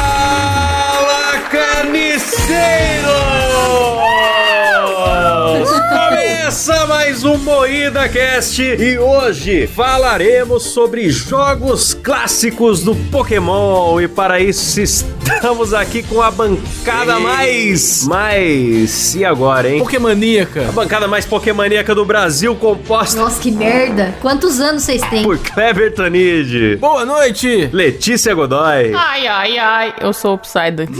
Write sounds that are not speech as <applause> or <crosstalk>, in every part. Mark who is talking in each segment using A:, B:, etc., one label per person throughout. A: Fala, carniceiros! Começa mais um Moída Cast e hoje falaremos sobre jogos clássicos do Pokémon e para isso estamos aqui com a bancada mais... mais... e agora, hein? A
B: Pokémoníaca.
A: bancada mais pokémaníaca do Brasil composta
C: Nossa, que merda! Quantos anos vocês têm?
A: por Kleber Tanid,
B: Boa noite!
A: Letícia Godoy...
D: Ai, ai, ai. Eu sou o Psyduck.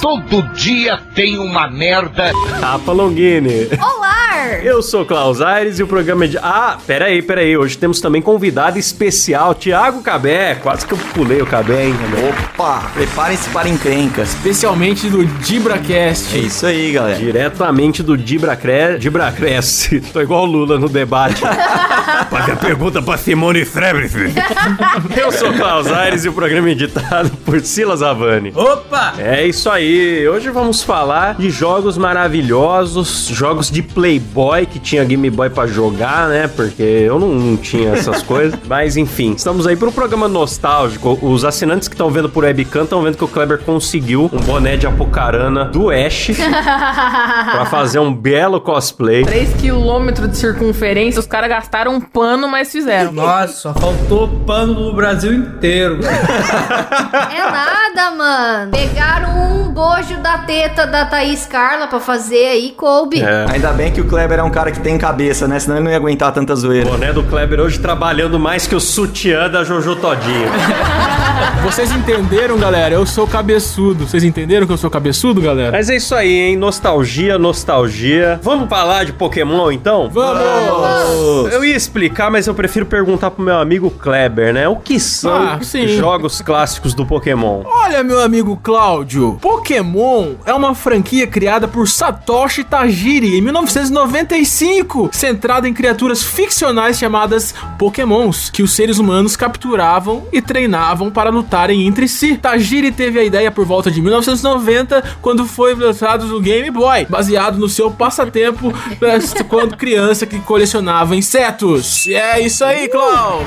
E: Todo dia tem uma merda.
A: Rafa Longini.
C: Olá!
A: Eu sou Klaus Aires e o programa é de. Ah, peraí, peraí. Hoje temos também convidado especial, Thiago Cabé. Quase que eu pulei o Cabé, hein, meu?
F: Opa, preparem-se para encrencas.
B: Especialmente do DibraCast.
F: É isso aí, galera.
A: Diretamente do Dibracres. Dibracresce. <laughs> Tô igual o Lula no <laughs> debate. Fazer a pergunta pra Simone Frebre. <laughs> Eu sou Klaus Aires e o programa é editado por Silas Avani.
F: Opa!
A: É isso aí. Hoje vamos falar de jogos maravilhosos, jogos de Playboy que tinha Game Boy pra jogar, né? Porque eu não, não tinha <laughs> essas coisas. Mas enfim, estamos aí pro programa nostálgico. Os assinantes que estão vendo por webcam estão vendo que o Kleber conseguiu um boné de apucarana do Ash pra fazer um belo cosplay.
D: 3 quilômetros de circunferência, os caras gastaram um pano, mas fizeram.
G: Nossa, só faltou pano no Brasil inteiro.
C: É nada, mano! Pegaram um bojo da teta da Thaís Carla pra fazer aí, coube.
A: É.
F: Ainda bem que o Kleber é um cara que tem cabeça, né? Senão ele não ia aguentar tanta zoeira.
A: Boné do Kleber hoje trabalhando mais que o sutiã da Jojo Todinho.
B: Vocês entenderam, galera? Eu sou cabeçudo. Vocês entenderam que eu sou cabeçudo, galera?
A: Mas é isso aí, hein? Nostalgia, nostalgia. Vamos falar de Pokémon então?
B: Vamos!
A: Eu ia explicar, mas eu prefiro perguntar pro meu amigo Kleber, né? O que são
B: Ah, sim.
A: jogos clássicos do Pokémon?
B: Olha, meu amigo Cláudio, Pokémon é uma franquia criada por Satoshi Tajiri em 1995, centrada em criaturas ficcionais chamadas Pokémons, que os seres humanos capturavam e treinavam para lutarem entre si. Tajiri teve a ideia por volta de 1990, quando foi lançado o Game Boy, baseado no seu passatempo eh, quando criança que colecionava insetos. E é isso aí, Klaus!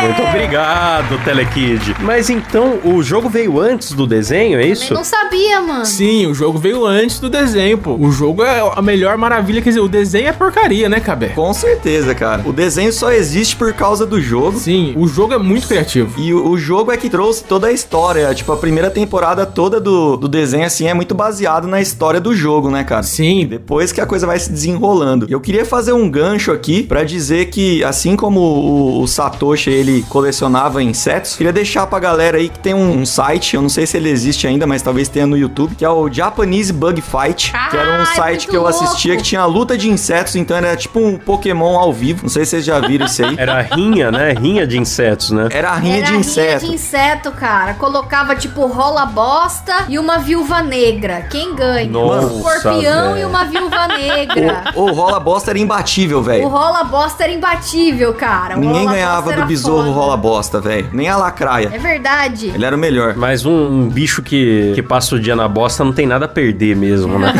A: Muito obrigado, Telekid. Mas então, o jogo veio antes do desenho, é
C: Também
A: isso?
C: não sabia, mano.
B: Sim, o jogo veio antes do desenho, pô. O jogo é a melhor maravilha, quer dizer, o desenho é porcaria, né, Cabé?
F: Com certeza, cara. O desenho só existe por causa do jogo.
B: Sim, o jogo é muito criativo.
F: E o o jogo é que trouxe toda a história. Tipo, a primeira temporada toda do, do desenho, assim, é muito baseado na história do jogo, né, cara? E
B: Sim,
F: Depois que a coisa vai se desenrolando. Eu queria fazer um gancho aqui pra dizer que, assim como o, o Satoshi ele colecionava insetos, queria deixar pra galera aí que tem um, um site, eu não sei se ele existe ainda, mas talvez tenha no YouTube, que é o Japanese Bug Fight, que era
C: Ah,
F: um
C: muito
F: site que eu assistia
C: louco.
F: que tinha luta de insetos, então era tipo um Pokémon ao vivo. Não sei se vocês já viram isso
H: <laughs>
F: aí.
A: Era rinha, né? Rinha de insetos, né?
H: É.
F: Era a rinha
C: Era
F: de inseto.
C: rinha de inseto, cara. Colocava, tipo, rola bosta e uma viúva negra. Quem ganha?
A: Nossa,
C: um escorpião
A: velho.
C: e uma viúva negra.
A: <laughs>
F: O, o rola bosta era imbatível,
C: O
F: velho.
C: rola bosta era imbatível, cara. O
F: É. Ninguém
C: rola
F: ganhava
C: bosta
F: do
C: era
F: besouro cachorro rola bosta, velho. Nem a lacraia.
C: É verdade.
F: Ele era o melhor.
H: Mas um, um bicho que, que passa o dia na bosta não tem nada a perder mesmo, né?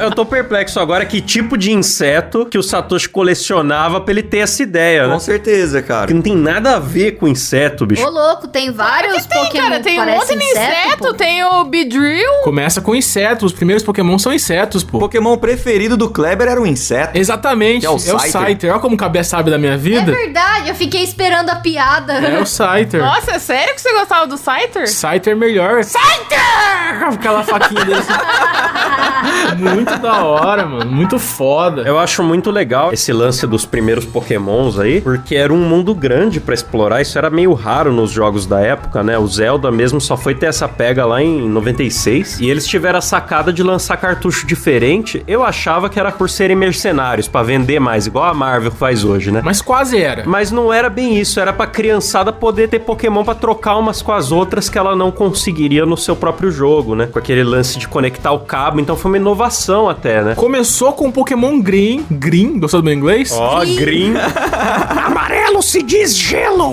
H: Eu tô perplexo agora que tipo de inseto que o Satoshi colecionava pra ele ter essa ideia, né?
F: Com certeza,
H: Que
F: cara.
H: não tem nada a ver com inseto,
F: é
H: bicho.
C: Ô, louco, tem vários
D: Tem,
C: Pokémon
D: cara,
C: que
D: tem um monte
C: parecem
D: de inseto,
C: pô.
D: tem o Beedrill.
B: Começa com insetos. Os primeiros Pokémon são insetos,
F: O
B: pô.
F: Pokémon preferido do Kleber era o inseto.
B: Exatamente.
F: Que
B: É
F: é o
B: o
F: Scyther.
B: Scyther. Olha como o cabeça sabe da minha
C: É
B: vida.
C: verdade, eu fiquei esperando a piada.
B: É, o Scyther.
D: Nossa, é sério que você gostava do Scyther?
B: Scyther melhor. Scyther! Aquela faquinha dele. assim.
C: <laughs>
B: Muito da hora, mano. Muito foda.
H: <laughs> Eu acho muito legal esse lance dos primeiros pokémons aí, porque era um mundo grande pra explorar, isso era meio raro nos jogos da época, né? O Zelda mesmo só foi ter essa pega lá em 96, e eles tiveram a sacada de lançar cartucho diferente. Eu achava que era por serem mercenários, pra vender mais, igual a Marvel faz hoje, né?
B: Mas quase era.
H: Mas não era bem isso, era pra criançada poder ter Pokémon pra trocar umas com as outras que ela não conseguiria no seu próprio jogo, né? Com aquele lance de conectar o cabo, então foi uma inovação até, né?
B: Começou com o Pokémon Green. Green? Gostou do meu inglês?
H: Ó, green. Amarelo se diz gelo.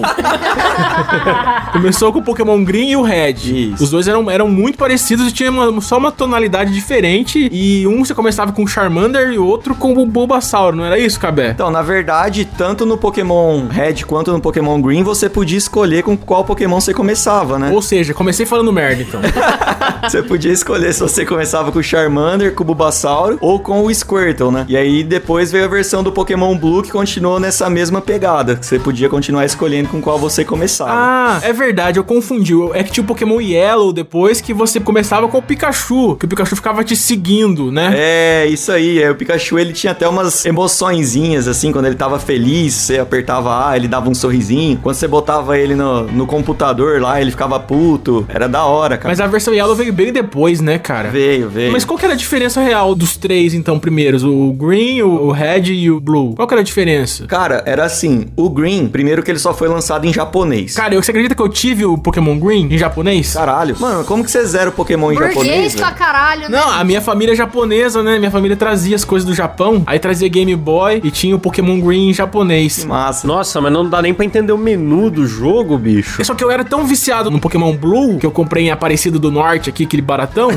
B: Começou com o Pokémon Green e o Red.
F: Isso.
B: Os dois eram, eram muito parecidos e tinham uma- só uma tonalidade diferente. E um você começava com o Charmander e o outro com o Bulbasaur, não era isso, Cabé?
F: Então, na verdade, tanto no Pokémon Red quanto no Pokémon Green, você podia escolher com qual Pokémon você começava, né?
B: Ou seja, comecei falando merda,
F: <laughs> Tá
B: então.
F: Você podia escolher se você começava com o Charmander, com o Bulbasauro ou com o Squirtle, né? E aí depois veio a versão do Pokémon Blue que continuou nessa mesma pegada, que você podia continuar escolhendo com qual você começava.
B: ah, é verdade, eu confundi. É que tinha o Pokémon Yellow depois que você começava com o Pikachu, que o Pikachu ficava te seguindo, né?
F: É, isso aí. É, o Pikachu, ele tinha até umas emoçõezinhas, assim, quando ele tava feliz, você apertava A, ele dava um sorrisinho. Quando você botava ele no, no computador lá, ele ficava puto. Era da hora, cara.
B: Mas a versão Yellow veio bem depois, né, cara?
F: Veio, veio.
B: Mas qual que era a diferença real dos três, então, primeiros? O Green, o o Red e o Blue. Qual que era a diferença?
F: Cara, era assim, o Green, primeiro que ele só foi lançado em japonês.
B: Cara, eu- você acredita que eu tive o Pokémon Green em japonês?
F: Caralho. Mano, como que você zera o Pokémon em japonês?
C: Burguês
F: velho?
C: pra caralho, né?
B: Não, a minha família é japonesa, né? Minha família trazia as coisas do Japão, aí trazia Game Boy e tinha o Pokémon Green em japonês.
F: Que massa.
H: Nossa, mas não dá nem pra entender o menu do jogo, bicho.
B: Só que eu era tão viciado no Pokémon Blue, que eu comprei em Aparecido do Norte aqui, aquele
H: <laughs>
B: baratão.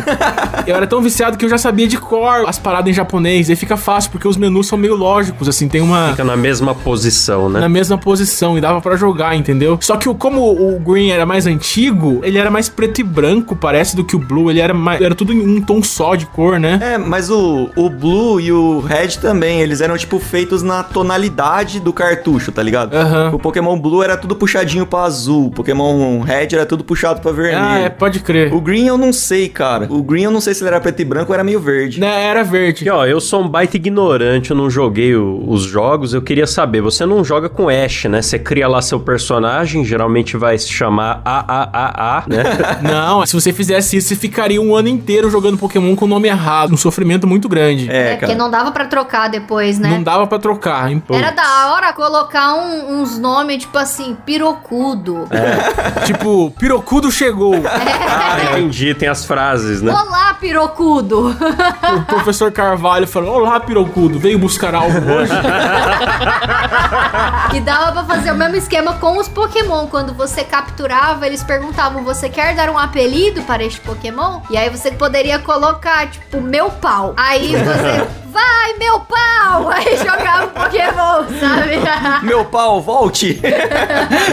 B: eu era tão viciado que eu já sabia de cor as paradas em japonês. Aí fica fácil, porque os menus são meio lógicos, assim, tem uma.
H: Fica na mesma posição, né?
B: na mesma posição e dava pra jogar, entendeu? Só que o- como o Green era mais antigo, ele era mais preto e branco, parece, do que o Blue. Ele era mais, era tudo em um tom só de cor, né?
F: É, mas o, o Blue e o Red também, eles eram, tipo, feitos na tonalidade do cartucho, tá ligado?
B: Aham.
F: O Pokémon Blue era tudo puxadinho pra azul, o Pokémon Red era tudo puxado pra vermelho.
B: Ah, é, pode crer.
F: O Green eu não sei, cara. O Green eu não sei se ele era preto e branco ou era meio verde.
B: Né, era verde.
H: Aqui, ó, eu sou um baita ignorante, eu não joguei o- os jogos, eu queria saber, você não joga com Ash, né? Você cria lá seu personagem, geralmente vai se chamar
B: <laughs>
H: AAAA, né?
B: Não, se você fizesse isso, você ficaria um ano inteiro jogando Pokémon com o nome errado. Um sofrimento muito grande.
F: É,
C: É, porque
F: cara.
C: não dava pra trocar depois, né?
B: Não dava pra trocar, hein?
C: Era da hora colocar um- uns nomes, tipo assim, pirocudo.
F: É.
B: Tipo, Pirocudo chegou.
H: ah, entendi, tem as frases, né?
C: Olá, pirocudo!
B: o professor Carvalho falou: Olá, Pirocudo, veio buscar algo hoje.
C: e dava pra fazer o mesmo esquema com os Pokémon. Quando você capturava, eles perguntavam: Você quer dar um apelido para este Pokémon? E aí você poderia colocar, tipo, meu pau. Aí você. Vai, meu pau! Aí jogava o Pokémon, sabe?
F: Meu
B: <laughs>
F: pau, volte!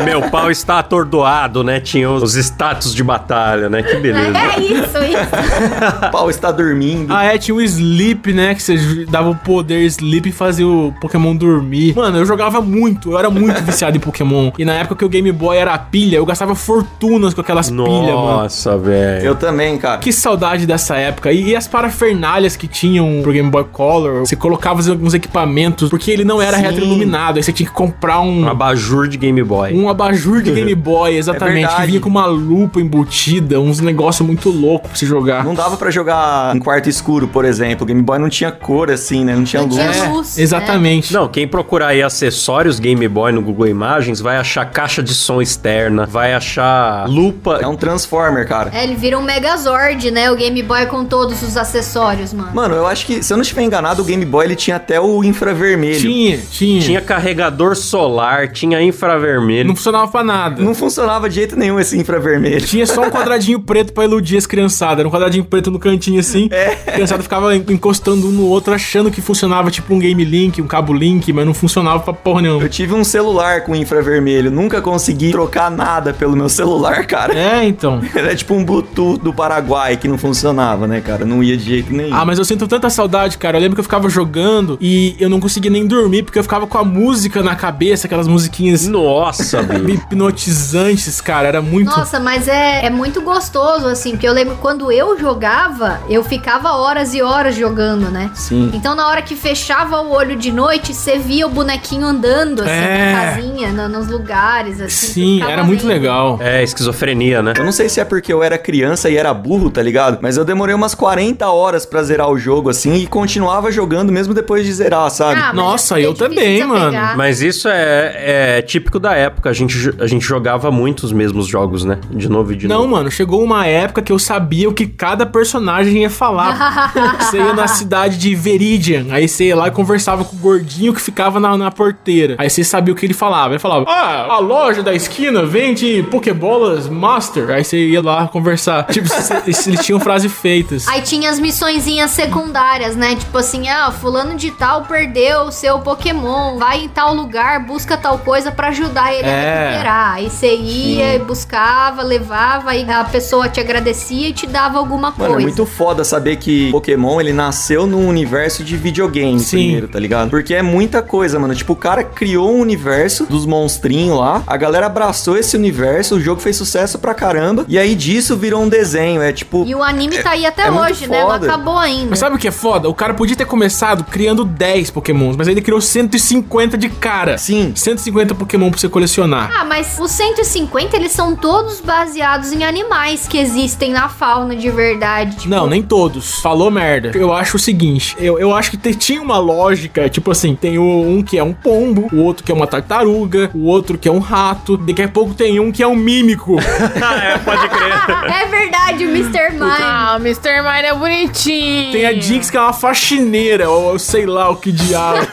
H: Meu pau está atordoado, né? Tinha os status de batalha, né? Que beleza.
C: É isso, isso.
F: o pau está dormindo.
B: Ah, é, tinha o Sleep, né? Que você ju- dava o poder Sleep e fazia o Pokémon dormir. Mano, eu jogava muito, eu era muito viciado em Pokémon. E na época que o Game Boy era a pilha, eu gastava fortunas com aquelas pilhas, mano.
H: Nossa, velho.
F: Eu também, cara.
B: Que saudade dessa época. E, e as parafernálias que tinham pro Game Boy Color, você colocava alguns equipamentos, porque ele não era
F: Sim.
B: retroiluminado, aí você tinha que comprar
H: Um
B: um.
H: abajur de Game Boy.
B: Um abajur de Game Boy, exatamente, que
F: verdade.
B: vinha com uma lupa embutida, uns negócios muito loucos pra se jogar.
F: Não dava pra jogar em quarto escuro, por exemplo. O Game Boy não tinha cor assim, né? Não tinha
C: Não
F: luz.
C: tinha luz. né?
B: Exatamente.
H: Não, quem procurar aí acessórios Game Boy no Google Imagens vai achar caixa de som externa, vai achar lupa.
F: É um Transformer, cara.
C: É, ele vira um Megazord, né? O Game Boy com todos os acessórios, mano.
F: Mano, eu acho que, se eu não estiver enganado, o Game Boy ele tinha até o infravermelho.
B: Tinha, tinha,
H: Tinha carregador solar, tinha infravermelho.
B: Não funcionava pra nada.
F: Não funcionava de jeito nenhum esse infravermelho.
B: Tinha só um quadradinho preto pra iludir as criançadas. Era um quadradinho preto no cantinho assim. É. A criançada ficava en- encostando um no outro, achando que funcionava tipo um Game Link, um cabo Link, mas não funcionava pra porra nenhuma.
F: Eu tive um celular com infravermelho, nunca consegui trocar nada pelo meu celular, cara. <laughs>
B: É, então.
F: Era tipo um Bluetooth do Paraguai que não funcionava, né, cara? Não ia de jeito nenhum.
B: Ah, mas eu sinto tanta saudade, cara. Eu lembro que eu ficava jogando e eu não conseguia nem dormir porque eu ficava com a música na cabeça, aquelas musiquinhas
H: Nossa, bicho.
B: hipnotizantes, cara. Era muito.
C: Nossa, mas é, é muito gostoso, assim, porque eu lembro quando eu jogava, eu ficava horas e horas jogando, né?
F: Sim.
C: Então na hora que fechava o olho de noite, você via o bonequinho andando, assim,
B: É.
C: na casinha, na- nos lugares, assim.
B: Sim,
C: ficava
B: era muito
C: vendo.
B: legal.
H: É, esquizofrenia, né?
F: Eu não sei se é porque eu era criança e era burro, tá ligado? Mas eu demorei umas 40 horas pra zerar o jogo, assim, e continuava jogando mesmo depois de zerar, sabe?
C: mas
B: Nossa,
C: é
B: eu
C: difícil
B: também,
C: desapegar.
B: mano.
H: Mas isso é, é típico da época. A gente, jo- a gente jogava muito os mesmos jogos, né? De novo e de
B: Não,
H: novo.
B: mano, chegou uma época que eu sabia o que cada personagem ia falar. você ia na cidade de Veridian, aí você ia lá e conversava com o gordinho que ficava na, na porteira. Aí você sabia o que ele falava. Ele falava, ah, a loja da esquina vende Pokébolas Master. Aí você ia lá conversar. <laughs> Tipo, cê- eles tinham frases feitas.
C: Aí tinha as missõezinhas secundárias, né? Tipo assim, ah, fulano de tal perdeu o seu Pokémon, vai em tal lugar, busca tal coisa pra ajudar ele
B: É.
C: a recuperar. Aí você ia e buscava, levava, aí a pessoa te agradecia e te dava alguma
F: Mano, é
C: coisa.
F: muito foda saber que Pokémon ele nasceu num universo de videogame
B: Sim.
F: primeiro, tá ligado? Porque é muita coisa, mano. Tipo, o cara criou um universo dos monstrinhos lá, a galera abraçou esse universo, o jogo fez sucesso pra caramba, e aí disso virou um desenho. É tipo.
C: E o anime tá aí até
F: é muito
C: hoje, né? Não
F: foda.
C: acabou ainda.
B: Mas sabe o que é foda? O cara podia ter começado criando 10 Pokémons, mas ele criou 150 de cara.
F: Sim.
B: 150 Pokémon pra você colecionar.
C: Ah, mas os 150, eles são todos baseados em animais que existem na fauna de verdade. Tipo,
B: Não, nem todos. Falou merda. Eu acho o seguinte: eu, eu acho que te- tinha uma lógica, tipo assim, tem o- um que é um pombo, o outro que é uma tartaruga, o outro que é um rato, daqui a pouco tem um que é um mímico.
H: Ah, é, pode crer.
C: <laughs> É verdade, <laughs> o Mr. Mime.
D: Ah, o Mr. Mine é bonitinho.
B: tem a Jinx que é uma faxineira, ou eu sei lá o que diabo.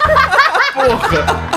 B: Porra,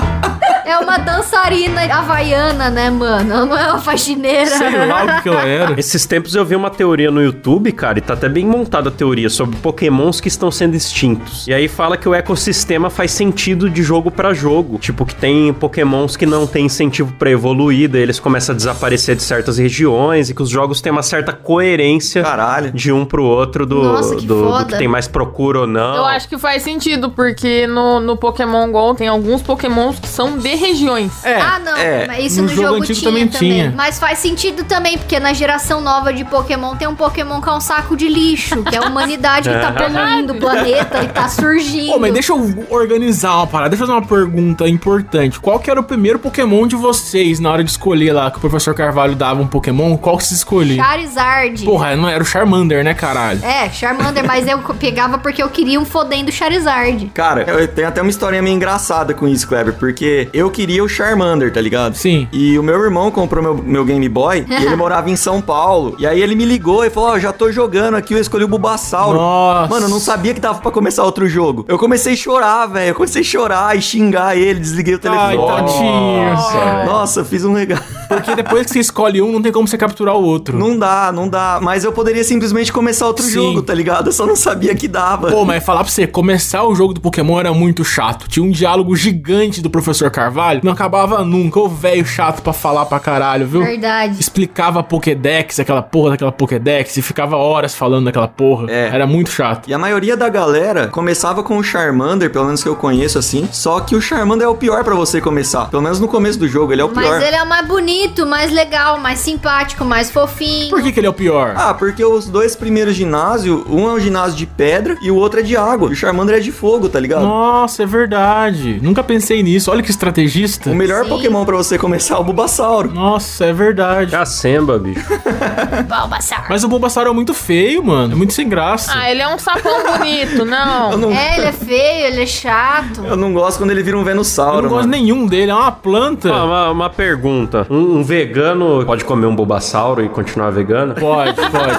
C: É uma dançarina havaiana, né, mano? Não é uma faxineira.
B: sei lá o que, que ela era.
H: Esses tempos eu vi uma teoria no YouTube, cara, e tá até bem montada a teoria sobre pokémons que estão sendo extintos. E aí fala que o ecossistema faz sentido de jogo pra jogo. Tipo, que tem pokémons que não tem incentivo pra evoluir, daí eles começam a desaparecer de certas regiões e que os jogos têm uma certa coerência
F: Caralho.
H: de um pro outro do,
C: Nossa, que
H: do, do
C: foda.
H: que tem mais procura ou não.
D: Eu acho que faz sentido, porque no, no Pokémon GO tem alguns Pokémons que são de regiões.
B: É.
C: Ah, não.
F: é.
C: mas isso
B: No
C: no,
B: jogo
C: jogo,
B: antigo
C: tinha
B: também
C: também,
B: tinha.
C: Mas faz sentido também, porque na geração nova de Pokémon tem um Pokémon que é um saco de lixo, que é a humanidade
B: <laughs>
C: que tá poluindo o planeta e tá surgindo.
B: Pô, mas deixa eu organizar uma parada, deixa eu fazer uma pergunta importante. Qual que era o primeiro Pokémon de vocês na hora de escolher lá, que o professor Carvalho dava um Pokémon? Qual que se escolhia?
C: Charizard.
B: Porra, não era o Charmander, né, caralho?
C: É, Charmander, mas eu co- pegava porque eu queria um fodendo Charizard.
F: Cara, eu tenho até uma historinha meio engraçada com isso, Kleber, porque eu queria o Charmander, tá ligado?
B: Sim.
F: E o meu irmão comprou meu, meu Game Boy e ele morava em São Paulo. E aí ele me ligou e falou: Ó, já tô jogando aqui, eu escolhi o Bulbasauro.
B: Nossa.
F: Mano, eu não sabia que dava pra começar outro jogo. Eu comecei a chorar, velho. Eu comecei a chorar e xingar ele, desliguei o
B: Ai,
F: telefone.
B: tadinho.
F: Nossa, fiz um regalo.
B: Porque depois que você escolhe um, não tem como você capturar o outro.
F: <laughs> Não dá, não dá. Mas eu poderia simplesmente começar outro
B: Sim.
F: jogo, tá ligado? Eu só não sabia que dava.
B: Pô, mas falar pra você, começar o jogo do Pokémon era muito chato. Tinha um diálogo gigante do professor Carvalho, não acabava nunca. Ô velho chato pra falar pra caralho, viu?
C: Verdade.
B: Explicava a Pokédex, aquela porra daquela Pokédex, e ficava horas falando daquela porra.
F: É.
B: Era muito chato.
F: E a maioria da galera começava com o Charmander, pelo menos que eu conheço assim. Só que o Charmander é o pior pra você começar. Pelo menos no começo do jogo, ele é o
C: Mas
F: pior.
C: ele é o mais bonito, mais legal, mais simpático, mais fofinho.
B: Por que, que ele é o pior?
F: Ah, porque os dois primeiros ginásios, um é um ginásio de pedra e o outro é de água. E o Charmander é de fogo, tá ligado?
B: Nossa, é verdade. Nunca pensei nisso. Olha que estrategista.
F: O melhor
C: Sim.
F: Pokémon pra você começar é o Bulbasauro.
B: Nossa, é verdade.
H: Cacemba, bicho. <laughs>
C: Balbassar.
B: Mas o Bulbasaur é muito feio, mano. É muito sem graça.
D: Ah, ele é um sapão <laughs> bonito,
F: Eu
D: não.
F: não,
C: É, ele é feio, ele é chato.
F: eu não gosto quando ele vira um
B: Eu
F: Venusauro,
B: não gosto
F: mano.
B: nenhum dele, é uma planta.
H: Ah, uma, uma pergunta. Um, um vegano pode comer um bobasauro e continuar vegano?
B: Pode, pode.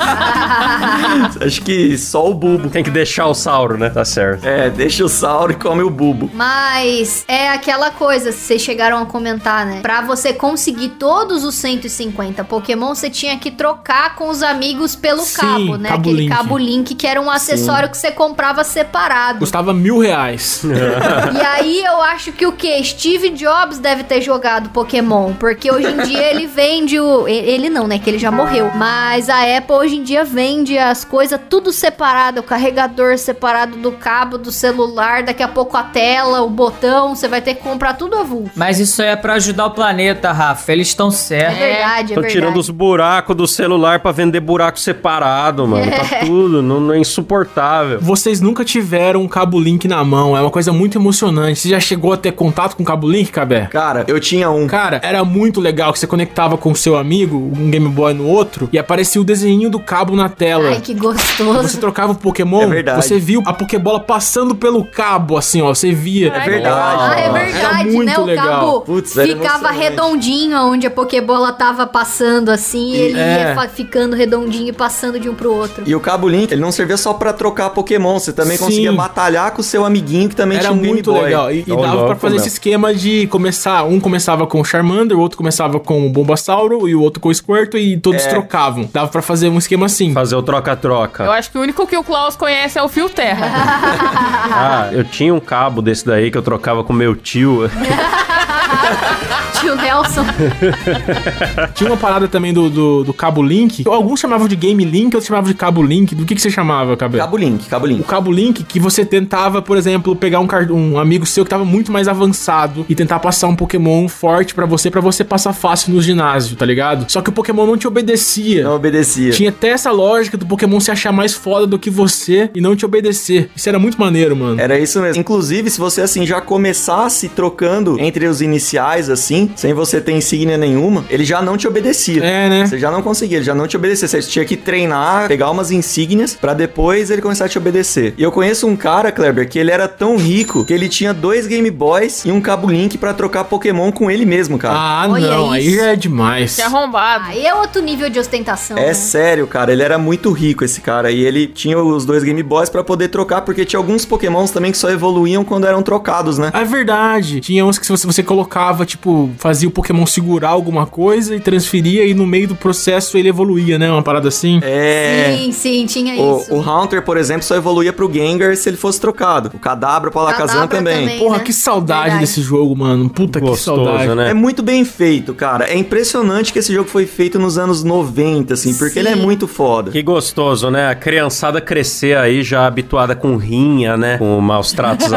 F: <laughs> Acho que só o Bubo.
H: Tem que deixar o sauro, né? Tá certo.
F: É, deixa o Sauro e come o Bubo.
C: Mas é aquela coisa, vocês chegaram a comentar, né? Pra você conseguir todos os 150 Pokémon, você tinha que trocar com os amigos pelo
B: Sim,
C: cabo, né?
B: cabo
C: Aquele
B: Link.
C: cabo Link que era um acessório que você comprava
B: <laughs>
C: separado.
B: Custava mil reais.
C: E aí eu acho que o que? Steve Jobs deve ter jogado Pokémon, porque hoje em dia ele vende o. e- Ele não, né? Que ele já morreu. Mas a Apple hoje em dia vende as coisas tudo separado, o carregador separado do cabo, do celular, daqui a pouco a tela, o botão, você vai ter que comprar tudo avulso.
I: Mas isso aí é pra ajudar o planeta, Rafa. Eles estão
C: É
I: certos.
C: verdade, é
H: Estão
C: verdade.
H: tirando os buracos do celular pra vender buraco separado, mano. Tá tudo, não, não é insuportável.
B: Vocês nunca tiveram um cabo link na mão, é uma coisa muito emocionante. Você já chegou a ter contato com o cabo link, Cabé?
F: Cara, eu tinha um.
B: Cara, era muito legal que você conectava com o seu amigo, um Game Boy no outro, e aparecia o desenho do cabo na tela.
C: Ai, que gostoso.
B: Você tá trocava o Pokémon,
F: É verdade.
B: você viu a Pokébola passando pelo cabo, assim, ó. Você via.
D: É
F: verdade.
C: Ah, é
F: Era
C: verdade, né?
B: muito
C: O
B: legal.
C: cabo
F: Putz, era
C: ficava
F: emocionante.
C: redondinho onde a Pokébola tava passando, assim, e ele
B: É.
C: ia fa- ficando redondinho e passando de um pro outro.
F: E o Cabo Link, ele não servia só pra trocar Pokémon, você também
B: Sim.
F: conseguia batalhar com o seu amiguinho que também
B: Era
F: tinha um Game
B: muito
F: Boy.
B: legal. E, e
H: Ô,
B: dava pra
H: louco,
B: fazer esse
H: meu.
B: esquema de começar. Um começava com o Charmander, o outro começava com o Bombasauro e o outro com o Squirtle e
F: É.
B: todos trocavam. Dava pra fazer um esquema assim.
H: Fazer o
D: Eu
H: troca-troca.
D: acho que o único que o Klaus conhece é o Fio Terra.
H: Ah, eu tinha um cabo desse daí que eu trocava com meu tio.
C: Tio <laughs> Nelson.
B: Tinha uma parada também do, do, do Cabo Link. Alguns chamavam de Game Link, outros chamavam de Cabo Link. Do que, que você chamava, Cabelo?
F: Cabo Link, Cabo
B: o
F: Link.
B: cabo link que você tentava, por exemplo, pegar um, car- um amigo seu que tava muito mais avançado e tentar passar um Pokémon forte pra você, pra você passar fácil no ginásio, tá ligado? Só que o Pokémon não te obedecia.
F: Não obedecia.
B: Tinha até essa lógica do Pokémon se achar mais foda do que você e não te obedecer. Isso era muito maneiro, mano.
F: Era isso mesmo. Inclusive, se você assim já começasse trocando entre os iniciais assim, sem você ter insígnia nenhuma, ele já não te obedecia.
B: É, né?
F: Você já não conseguia, ele já não te obedecia. Você tinha que treinar, pegar umas insígnias pra depois ele começar a te obedecer. E eu conheço um cara, Kleber, que ele era tão rico que ele tinha dois Game Boys e um cabo Link pra trocar Pokémon com ele mesmo, cara.
B: Ah,
C: Olha
B: não, aí
C: isso.
B: já é demais.
D: Que arrombado.
C: Aí é outro nível de ostentação.
F: É
C: né?
F: sério, cara, ele era muito rico esse cara e ele tinha os dois Game Boys pra poder trocar porque tinha alguns Pokémons também que só evoluíam quando eram trocados, né?
B: Ah, É verdade. Tinha uns que se você, você colocava, tipo, fazia o Pokémon segurar alguma coisa e transferia e no meio do processo ele evoluía, né? Uma parada assim.
F: É.
C: Sim, sim, tinha isso.
F: O, o Haunter, por exemplo, só evoluía pro Gengar se ele fosse trocado. O Cadabra pro Alakazam
C: Kadabra
F: também.
C: também.
B: Porra,
C: né?
B: que saudade
C: Verdade.
B: desse jogo, mano. Puta que saudade.
H: Gostoso,
F: É
H: né?
F: muito bem feito, cara. É impressionante que esse jogo foi feito nos anos 90, assim, porque
C: Sim.
F: ele é muito foda.
H: Que gostoso, né? A criançada crescer aí já habituada com rinha, né? Com maus tratos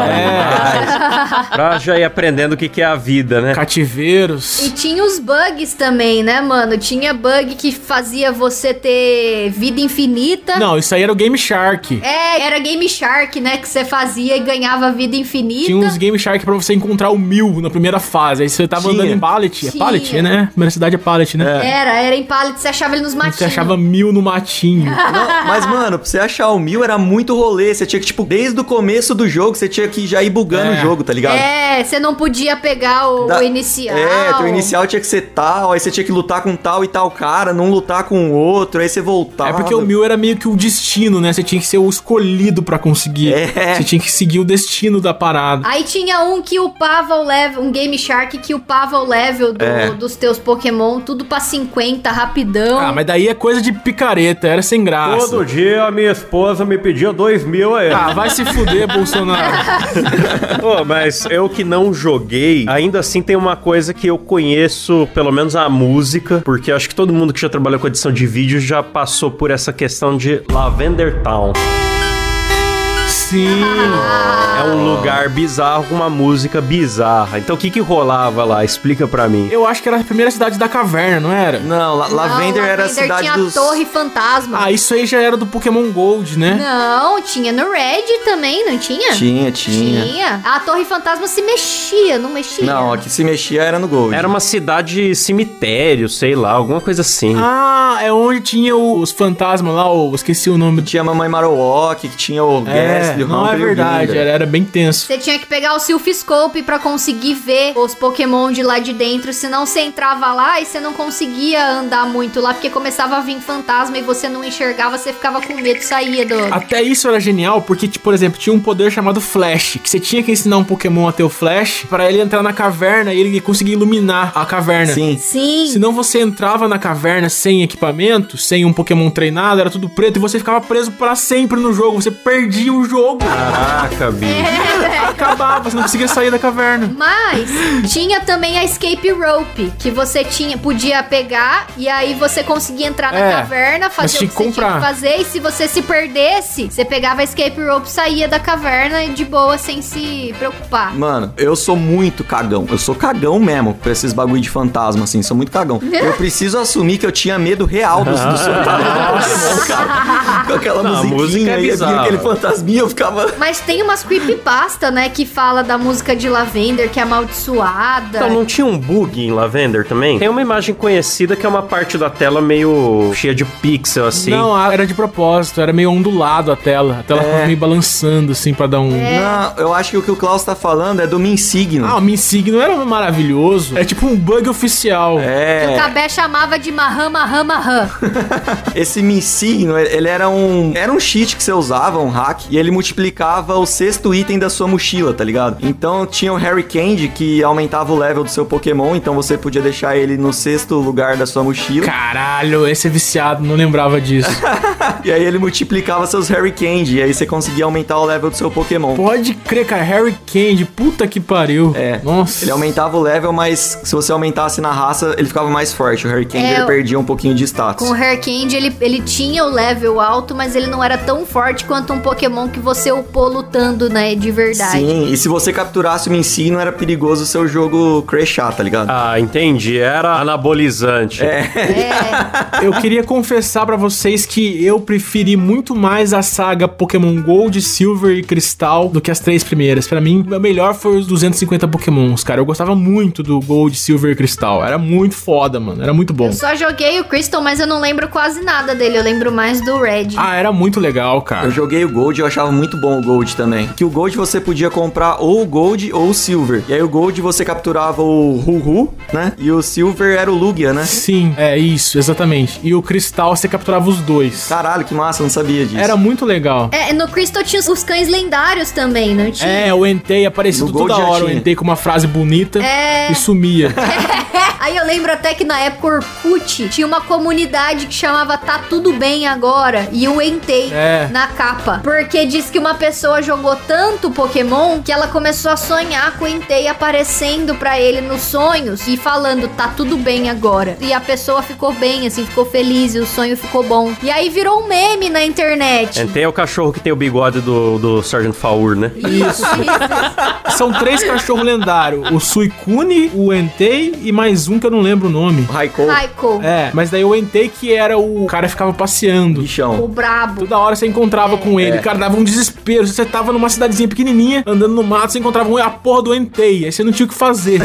H: animais. pra já ir aprendendo o que, que é a vida, né?
C: E
B: Cativeiros.
C: tinha os bugs também, né, mano? Tinha bug que fazia você ter vida infinita.
B: Não, isso aí era o Game Shark.
C: Então- É, era Game Shark, né? Que você fazia e ganhava vida infinita.
B: Tinha uns Game Shark pra você encontrar o mil na primeira fase. Aí você tava
F: Tinha.
B: andando em Pallet. É
C: Tinha.
B: Pallet, né? Primeira cidade é Pallet, né?
C: Era, era em pallet, você achava ele nos matinhos.
B: Você achava mil no <laughs> matinho.
F: Não,
C: <laughs>
F: mas, mano, pra você achar o mil era muito rolê. Você tinha que, tipo, desde o começo do jogo, você tinha que já ir bugando
B: É.
F: o jogo, tá ligado?
C: É, você não podia pegar o,
F: Da-
C: o inicial.
F: É, teu inicial tinha que ser tal, aí você tinha que lutar com tal e tal cara, não lutar com o outro, aí você voltava.
B: É porque o mil era meio que o destino, né? Você tinha que ser o escolhido pra conseguir.
F: É.
B: Você tinha que seguir o destino da parada.
C: Aí tinha um que upava o level, um Game Shark que upava o level do- dos teus Pokémon, tudo pra 50, rapidão.
B: Ah, mas daí é coisa de picareta, era sem graça.
H: Todo dia a minha esposa me pedia dois mil aí.
B: Ah, vai se <laughs> fuder, Bolsonaro.
H: Pô, mas eu que não joguei, ainda assim tem uma coisa que eu conheço, pelo menos a música, porque acho que todo mundo que já trabalhou com edição de vídeo já passou por essa questão de Lavender Town.
B: Sim. Ah.
H: É um lugar bizarro com uma música bizarra. Então o que que rolava lá? Explica pra mim.
B: Eu acho que era a primeira cidade da caverna, não era?
F: Não, La Lavender
C: Não,
F: era a
C: Lavender
F: cidade
C: tinha
F: dos...
C: Torre Fantasma.
B: Ah, isso aí já era do Pokémon Gold,
F: é?
B: né?
C: Não, tinha no Red também, não tinha?
F: Tinha, tinha.
C: Tinha. A Torre Fantasma se mexia, não mexia?
F: Não, a que se mexia era no Gold.
H: Era uma cidade cemitério, sei lá, alguma coisa assim.
B: Ah, é onde tinha o- os fantasmas lá, ou esqueci o nome do.
F: Tinha a Mamãe Marowak, que tinha o
B: É,
F: Gastly, o
B: não é
F: Humphrey, o
B: verdade,
F: Ginger.
B: era, era bem tenso.
C: Você tinha que pegar o Silphscope pra conseguir ver os Pokémon de lá de dentro, senão você entrava lá e você não conseguia andar muito lá, porque começava a vir fantasma e você não enxergava, você ficava com medo, saía do...
B: Até isso era genial, porque, tipo, por exemplo, tinha um poder chamado Flash, que você tinha que ensinar um Pokémon a ter o Flash pra ele entrar na caverna e ele conseguir iluminar a caverna.
F: Sim.
C: Sim.
B: Senão você entrava na caverna sem equipamento, sem um Pokémon treinado, era tudo preto e você ficava preso pra sempre no jogo. Você perdia o jogo,
H: Caraca, bicho.
C: <laughs>
B: acabava, você não conseguia sair da caverna.
C: Mas tinha também a escape rope, que você tinha, podia pegar e aí você conseguia entrar na
B: É,
C: caverna, fazer o que
B: tinha
C: você
B: que comprar.
C: tinha que fazer e se você se perdesse, você pegava a escape rope, saía da caverna de boa sem se preocupar.
F: Mano, eu sou muito cagão. Eu sou cagão mesmo pra esses bagulho de fantasma, assim. Sou
C: <laughs>
F: muito cagão. Eu preciso assumir que eu tinha medo real
B: <laughs>
F: dos, dos fantasmas. do Pokémon, cara. Com aquela
H: Não, a
F: musiquinha
H: música é
F: aí, eu
H: bizarra.
F: vinha aquele fantasminha, eu ficava...
C: Mas tem umas creepypasta, né, que fala da música de Lavender que é amaldiçoada.
H: Então, não tinha um bug em Lavender também? Tem uma imagem conhecida que é uma parte da tela meio cheia de pixel, assim.
B: Não, ah, era de propósito, era meio ondulado a tela. A tela
F: É.
B: ficava meio balançando, assim, pra dar um.
C: É.
F: Não, eu acho que o que o Klaus tá falando é do Minsigno.
B: Ah, o Minsigno era maravilhoso. É tipo um bug oficial.
C: Que o
F: é,
C: Cabé chamava de Maham, Maham, Maham.
F: esse Minsigno, ele era um. Era um cheat que você usava, um hack, e ele multiplicava o sexto item da sua mochila, tá ligado? Então tinha o Harry Candy que aumentava o level do seu Pokémon, então você podia deixar ele no sexto lugar da sua mochila.
B: Caralho, esse é viciado, não lembrava
F: <laughs>
B: disso.
F: E aí ele multiplicava seus Harry Candy, e aí você conseguia aumentar o level do seu Pokémon.
B: Pode crer, cara, Harry Candy, puta que pariu.
F: É.
B: Nossa.
F: Ele aumentava o level, mas se você aumentasse na raça, ele ficava mais forte. O Harry Candy
C: É,
F: ele
C: o-
F: perdia um pouquinho de status.
C: Com o Haircandy, ele, ele tinha o level alto, mas ele não era tão forte quanto um Pokémon que você upou lutando, né, de verdade.
F: Sim, e se você capturasse o Minsino, era perigoso o seu jogo crashar, tá ligado?
H: Ah, entendi. Era anabolizante. É.
B: Eu queria confessar pra vocês que eu preferi muito mais a saga Pokémon Gold, Silver e Cristal do que as três primeiras. Pra mim, o melhor foi os 250 Pokémons, cara. Eu gostava muito do Gold, Silver e Cristal. Era muito foda, mano. Era muito bom.
C: Eu só joguei o Crystal, mas eu não lembro quase nada dele. Eu lembro mais do Red.
B: Ah, era muito legal,
F: Eu
B: cara.
F: joguei o Gold, eu achava muito bom o Gold também. Que o Gold você podia comprar ou o Gold ou o Silver. E aí o Gold você capturava o Ruhu, né? E o Silver era o Lugia, né?
B: Sim, é isso, exatamente. E o Cristal, você capturava os dois.
F: Caralho, que massa, eu não sabia disso.
B: Era muito legal.
C: É, no Crystal tinha os cães lendários também, não tinha?
B: É, o Entei aparecendo
F: No Gold
B: toda
F: já
B: hora, o
F: tinha.
B: Entei com uma frase bonita
C: É.
B: e sumia.
C: <laughs> Aí eu lembro até que na época o Orkut tinha uma comunidade que chamava Tá Tudo Bem Agora e eu entei
B: É.
C: na capa. Porque diz que uma pessoa jogou tanto Pokémon que ela começou a sonhar com o Entei aparecendo pra ele nos sonhos e falando Tá Tudo Bem Agora. E a pessoa ficou bem, assim, ficou feliz e o sonho ficou bom. E aí virou um meme na internet.
H: É,
B: Então,
H: Tem o cachorro que tem o bigode do, do Sgt. Faur, né?
C: Isso, isso.
B: São três cachorros lendários: o Suicune, o Entei e mais um que eu não lembro o nome.
F: o Raikou,
C: Raikou,
B: É, mas daí o Entei que era o o cara que ficava passeando.
C: o
F: bichão.
C: brabo.
B: Toda hora você encontrava com
F: É.
B: ele. Cara, dava um desespero. Você tava numa cidadezinha pequenininha, andando no mato, você encontrava um, a porra do Entei. Aí você não tinha o que
F: <laughs>
B: fazer.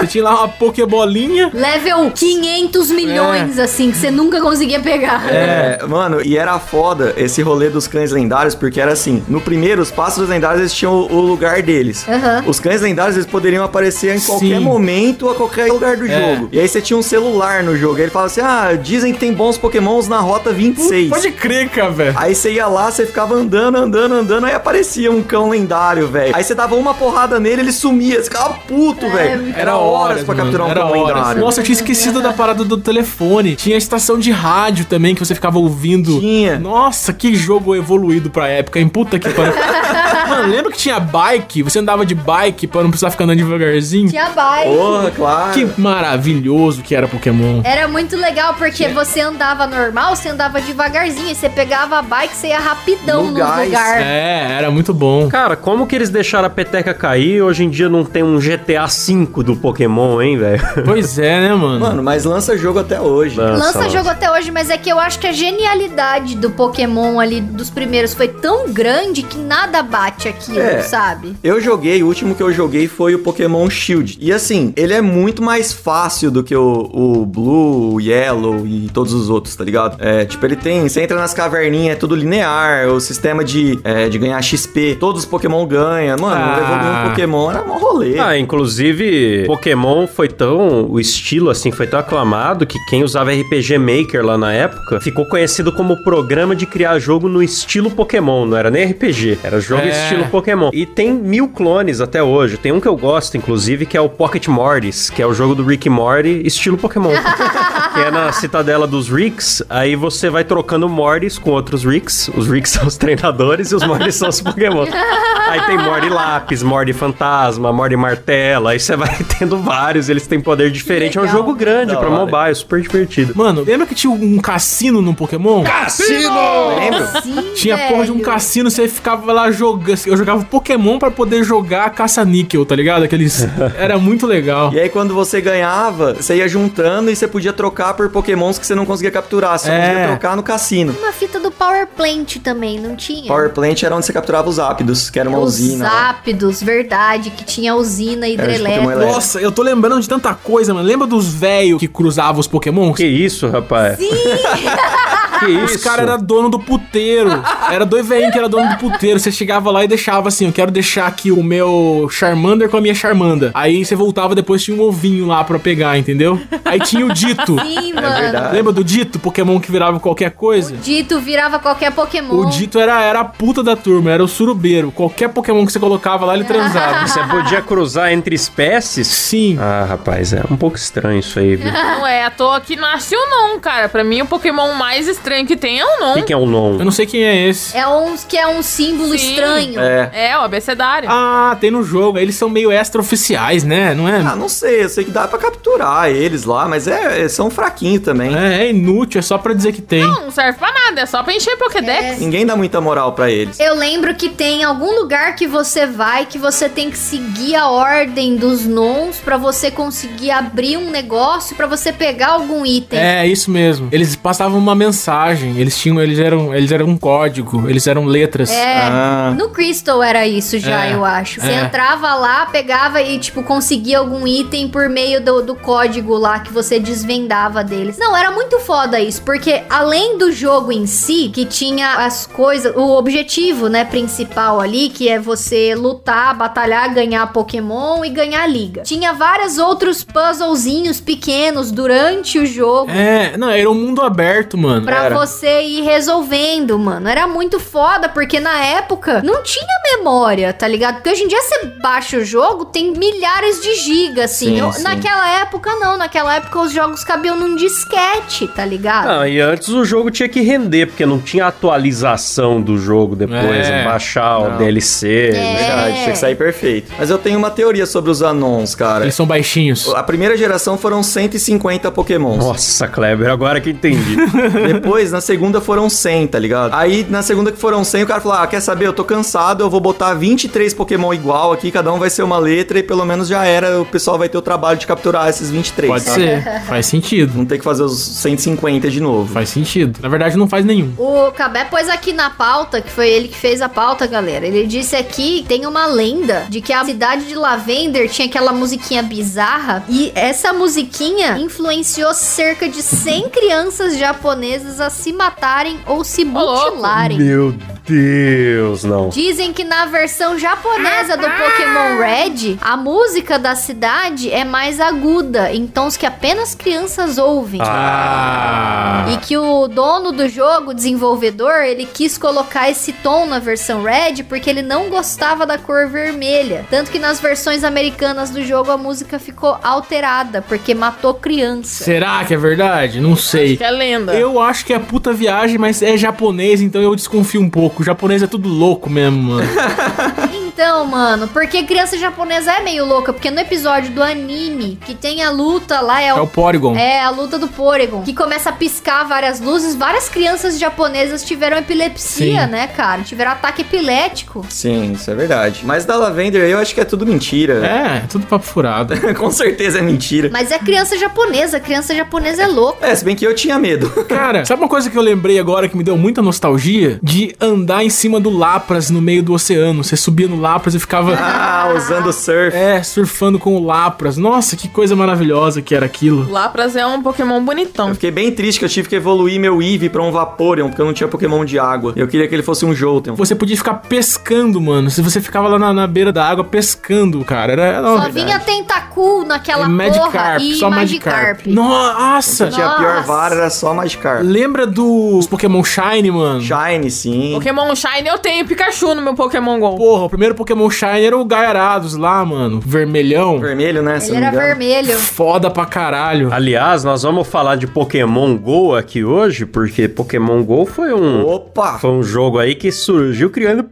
B: você tinha lá uma pokebolinha.
C: Level 500 milhões, assim, que você nunca conseguia pegar.
F: É, mano, e era foda esse rolê dos cães lendários, porque era assim, no primeiro, os pássaros lendários, eles tinham o, o lugar deles.
C: Aham.
F: Os cães lendários, eles poderiam aparecer em qualquer
B: Sim.
F: momento, a qualquer lugar do
B: É.
F: jogo. E aí você tinha um celular no jogo, aí ele falava assim, ah, dizem que tem bons pokémons na Rota 26.
B: Pode crer, cara, velho.
F: Aí você ia lá, você ficava andando, andando, andando, aí aparecia um cão lendário, velho. Aí você dava uma porrada nele, ele sumia, você ficava puto, velho.
B: Era horas
F: pra
B: mano,
F: capturar um
B: era
F: cão
B: horas.
F: lendário.
B: Nossa, eu tinha esquecido da parada do telefone. Tinha a estação de rádio também que você ficava ouvindo.
F: Tinha.
B: Nossa, que jogo evoluído pra época, hein? Puta que pariu. Mano, lembra que tinha bike? Você andava de bike pra não precisar ficar andando devagarzinho?
C: Tinha bike.
F: Porra, claro.
B: Que maravilhoso que era Pokémon.
C: Era muito legal porque você andava normal, você andava devagarzinho, e você pegava a bike, você ia rapidão
F: No
C: no,
F: gás,
C: lugar.
B: É, era muito bom.
H: Cara, como que eles deixaram a peteca cair? Hoje em dia não tem um GTA V do Pokémon, hein, velho?
B: Pois é, né, mano?
F: Mano, mas lança jogo até hoje.
H: Mano.
C: Lança
H: Nossa,
C: jogo até hoje, mas é que eu acho que a genialidade do Pokémon ali, dos primeiros, foi tão grande que nada bate aquilo,
F: É.
C: sabe?
F: Eu joguei, o último que eu joguei foi o Pokémon Shield. E assim, ele é muito mais fácil do que o, o Blue, o Yellow e todos os outros, tá ligado? É, tipo, ele tem. Você entra nas caverninhas, é tudo linear, o sistema de, é, de ganhar XP, todos os Pokémon ganham. Mano,
B: Ah.
F: evoluir um Pokémon era um rolê.
H: Ah, inclusive, Pokémon foi tão. O estilo, assim, foi tão aclamado que quem usava RPG Maker lá na época ficou conhecido como programa de criar jogo no estilo Pokémon. Não era nem RPG, era jogo
B: É.
H: estilo Pokémon. E tem mil clones até hoje. Tem um que eu gosto, inclusive, que é o Pocket Mortis, que é o jogo do Rick e Morty, estilo Pokémon. que é na citadela dos Ricks. Aí você vai trocando Mortis com outros Ricks. Os Ricks <laughs> são os treinadores e os Mortis são os Pokémon. Aí tem morde lápis, morde fantasma, morde martelo. Aí você vai <laughs> tendo vários, eles têm poder diferente. É um
C: legal.
H: jogo grande
F: Da
H: pra
F: hora.
H: mobile, super divertido.
B: Mano, lembra que tinha um cassino no Pokémon?
F: Lembra?
C: Sim,
B: Tinha porra de um
C: velho.
B: cassino, você ficava lá jogando. Eu jogava Pokémon pra poder jogar caça-níquel, tá ligado?
H: <laughs>
B: Aqueles. Era muito legal.
F: E aí, quando você ganhava, você ia juntando e você podia trocar por pokémons que você não conseguia capturar. Você só
B: É.
F: podia trocar no cassino.
C: Uma fita do Power Plant também, não tinha?
F: Power Plant era onde você capturava os ápidos, que era uma usina.
C: Os
F: lá.
C: ápidos, verdade, que tinha usina
F: Era de Pokémon
H: é-
C: hidrelétrica.
F: elétrico.
B: Nossa, eu tô lembrando de tanta coisa, mano. Lembra dos velhos que cruzavam os Pokémon? Ah,
H: Que isso, rapaz? que
B: Os
H: isso?
B: caras eram dono do puteiro. Era dois velhinhos que era dono do puteiro. Você chegava lá e deixava assim: eu quero deixar aqui o meu Charmander com a minha Charmanda. Aí você voltava depois tinha um ovinho lá pra pegar, entendeu? Aí tinha o Dito.
C: Sim, mano.
F: É verdade.
B: Lembra do Dito? Pokémon que virava qualquer coisa?
C: Dito virava qualquer Pokémon.
B: O Dito era, era a puta da turma, era o surubeiro. Qualquer Pokémon que você colocava lá, ele transava.
H: Você podia cruzar entre espécies?
B: Sim.
H: Ah, rapaz, é um pouco estranho isso aí, viu?
D: Não é à toa que nasce o Non, cara. Pra mim, o Pokémon mais estranho que tem é o
H: O que,
D: Non.
H: que é um
B: Eu
H: nome?
B: não sei quem é esse.
C: É um que é um símbolo
D: Sim.
C: estranho.
F: É.
D: É, o abecedário.
B: Ah, tem no jogo. Eles são meio extra-oficiais, né? Não é?
F: Ah, não sei, eu sei que dá pra capturar eles lá, mas é, é- são fraquinhos também.
B: É, é inútil, é só pra dizer que tem.
D: Não serve pra nada, é só pra encher Pokédex.
F: Ninguém dá muita moral pra eles.
C: Eu lembro que tem algum lugar que você vai que você tem que seguir a ordem dos nons pra você conseguir abrir um negócio pra você pegar algum item.
B: É, isso mesmo. Eles passavam uma mensagem, eles tinham, eles eram, eles eram um código, eles eram letras.
C: É.
F: Ah.
C: No Crystal era isso já,
B: É,
C: eu acho. Você
B: é.
C: entrava lá, pegava e, tipo, conseguia algum item por meio do, do código lá que você desvendava deles. Não, era muito foda isso, porque além do jogo em si, que tinha as coisas, o objetivo, né, principal ali, que é você lutar, batalhar, ganhar Pokémon e ganhar liga. Tinha vários outros puzzlezinhos pequenos durante o jogo.
B: É, não, era um mundo aberto, mano.
C: Pra
B: era.
C: você ir resolvendo, mano. Era muito foda, porque na época não tinha memória, tá ligado? Porque hoje em dia você baixa o jogo, tem milhares de gigas, assim.
F: Sim,
C: Eu-
F: sim.
C: Naquela época, não. Naquela época, os jogos cabiam num disquete, tá ligado?
H: Ah, e antes o jogo tinha que render, porque não tinha atualização do jogo depois,
B: É.
H: baixar o
F: Não.
H: DLC.
F: Verdade, tinha que sair perfeito. Mas eu tenho uma teoria sobre os anons, cara.
B: Eles são baixinhos.
F: A primeira geração foram 150 pokémons.
H: Nossa, Kleber, agora que <laughs> entendi.
F: <laughs> Depois, na segunda foram 100, tá ligado? Aí, na segunda que foram 100, o cara falou, ah, quer saber, eu tô cansado, eu vou botar 23 pokémon igual aqui, cada um vai ser uma letra e pelo menos já era, o pessoal vai ter o trabalho de capturar esses 23.
B: Pode
F: sabe?
C: <laughs>
B: ser. faz sentido.
F: Não ter que fazer os 150 de novo.
B: Faz sentido. Na verdade, não faz nenhum.
C: O Cabé pôs aqui na pauta, que foi ele que fez a pauta, galera. Ele disse aqui, tem uma lenda de que a cidade de Lavender tinha aquela musiquinha bizarra e essa musiquinha influenciou cerca de 100 crianças japonesas a se matarem ou se
D: louco.
C: mutilarem.
H: Meu Deus, não.
C: Dizem que na versão japonesa do Pokémon Red, a música da cidade é mais aguda, em tons que apenas crianças ouvem.
B: Ah.
C: E que o dono do jogo, o desenvolvedor, ele quis colocar esse tom na versão red porque ele não gostava da cor vermelha. Tanto que nas versões americanas do jogo a música ficou alterada porque matou criança.
B: Será que é verdade? Não sei.
D: Que é lenda.
B: Eu acho que é puta viagem, mas é japonês, então eu desconfio um pouco louco. O japonês é tudo louco mesmo, mano.
C: É Então, mano, porque criança japonesa é meio louca, porque no episódio do anime que tem a luta lá é
B: É o
C: o
B: Porygon.
C: é a luta do Porygon, que começa a piscar várias luzes. Várias crianças japonesas tiveram epilepsia,
B: Sim.
C: né, cara? Tiveram ataque epilético.
F: Sim, isso é verdade. Mas da Lavender aí eu acho que é tudo mentira.
B: É, tudo papo furado. <laughs>
F: <laughs> Com certeza é mentira.
C: Mas é criança japonesa, criança japonesa é louca.
F: É, se bem que eu tinha medo. <laughs>
B: Cara, sabe uma coisa que eu lembrei agora que me deu muita nostalgia? De andar em cima do Lapras no meio do oceano. Você subia no Lapras e ficava.
C: <laughs>
F: Ah, usando surf.
B: É, surfando com o Lapras. Nossa, que coisa maravilhosa que era aquilo.
D: Lapras é um Pokémon
F: Eu
D: bonitão.
F: fiquei bem triste que eu tive que evoluir meu Eevee pra um Vaporeon, porque eu não tinha Pokémon de água. Eu queria que ele fosse um Jolteon.
B: Você podia ficar pescando, mano. Se você ficava lá na, na beira da água pescando, cara. Era, era uma
C: Só vinha Tentacool naquela porra
B: É Magikarp,
C: e
B: só
C: Magikarp.
B: Magikarp. Nossa!
F: Tinha a pior
C: Nossa.
F: vara, era só Magikarp.
B: Lembra dos Pokémon Shine, mano?
F: Shine, sim.
D: Pokémon Shine eu tenho Pikachu no meu Pokémon GO.
B: Porra, o primeiro Pokémon Shine era o Gaiarados lá, mano. Vermelhão.
F: Vermelho, né? Se eu
C: Ele
F: não me
C: era
F: engano.
C: vermelho.
B: Foda pra caralho.
H: Aliás, nós vamos falar de Pokémon GO aqui hoje, porque Pokémon GO foi um...
F: Opa! <laughs>
H: Foi um jogo aí que surgiu criando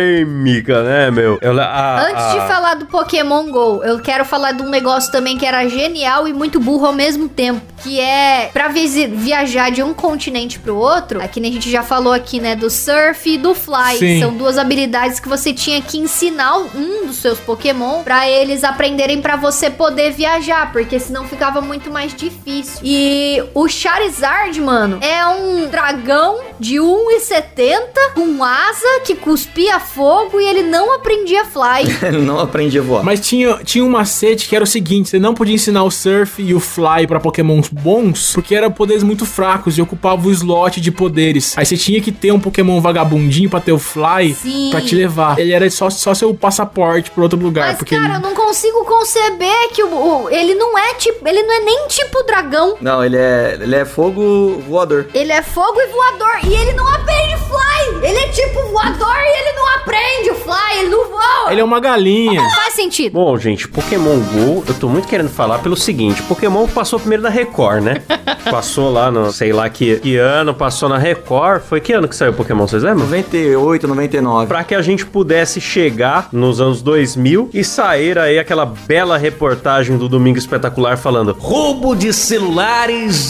H: polêmica, né, meu? Eu, a-
C: Antes de
H: a-
C: falar do Pokémon GO, eu quero falar de um negócio também que era genial e muito burro ao mesmo tempo. Que é pra visi- viajar de um continente pro outro, aqui nem a gente já falou aqui, né? Do surf e do fly.
B: Sim.
C: São duas habilidades que você tinha que ensinar um dos seus Pokémon pra eles aprenderem pra você poder viajar, porque senão ficava muito mais difícil. E o Charizard, mano, é um dragão de 1,70 com asa que cuspia fogo e ele não aprendia fly.
B: <laughs>
F: não aprendi a voar.
B: Mas tinha, tinha um macete que era o seguinte: você não podia ensinar o surf e o fly pra pokémons bons, porque eram poderes muito fracos e ocupava o slot de poderes. Aí você tinha que ter um pokémon vagabundinho pra ter o fly
C: Sim.
B: pra te levar. Ele era só, só seu passaporte pra outro lugar.
C: Mas,
B: É, porque
C: cara, eu
B: ele...
C: não consigo conceber que o, o- ele não é tipo. Ele não é nem tipo dragão.
F: Não, ele é, ele é fogo voador.
C: Ele é fogo e voador. E ele não aprende fly. Ele é tipo voador e ele não aprende fly. Ele não voa.
B: ele é uma galinha.
C: Não faz sentido.
H: Bom, gente, Pokémon GO, eu tô muito querendo falar pelo seguinte, Pokémon passou primeiro na Record, né? passou lá no, sei lá que, que ano, passou na Record, foi que ano que saiu Pokémon, vocês lembram?
F: 98, 99.
H: Pra que a gente pudesse chegar nos anos 2000 e sair aí aquela bela reportagem do Domingo Espetacular falando Roubo de celulares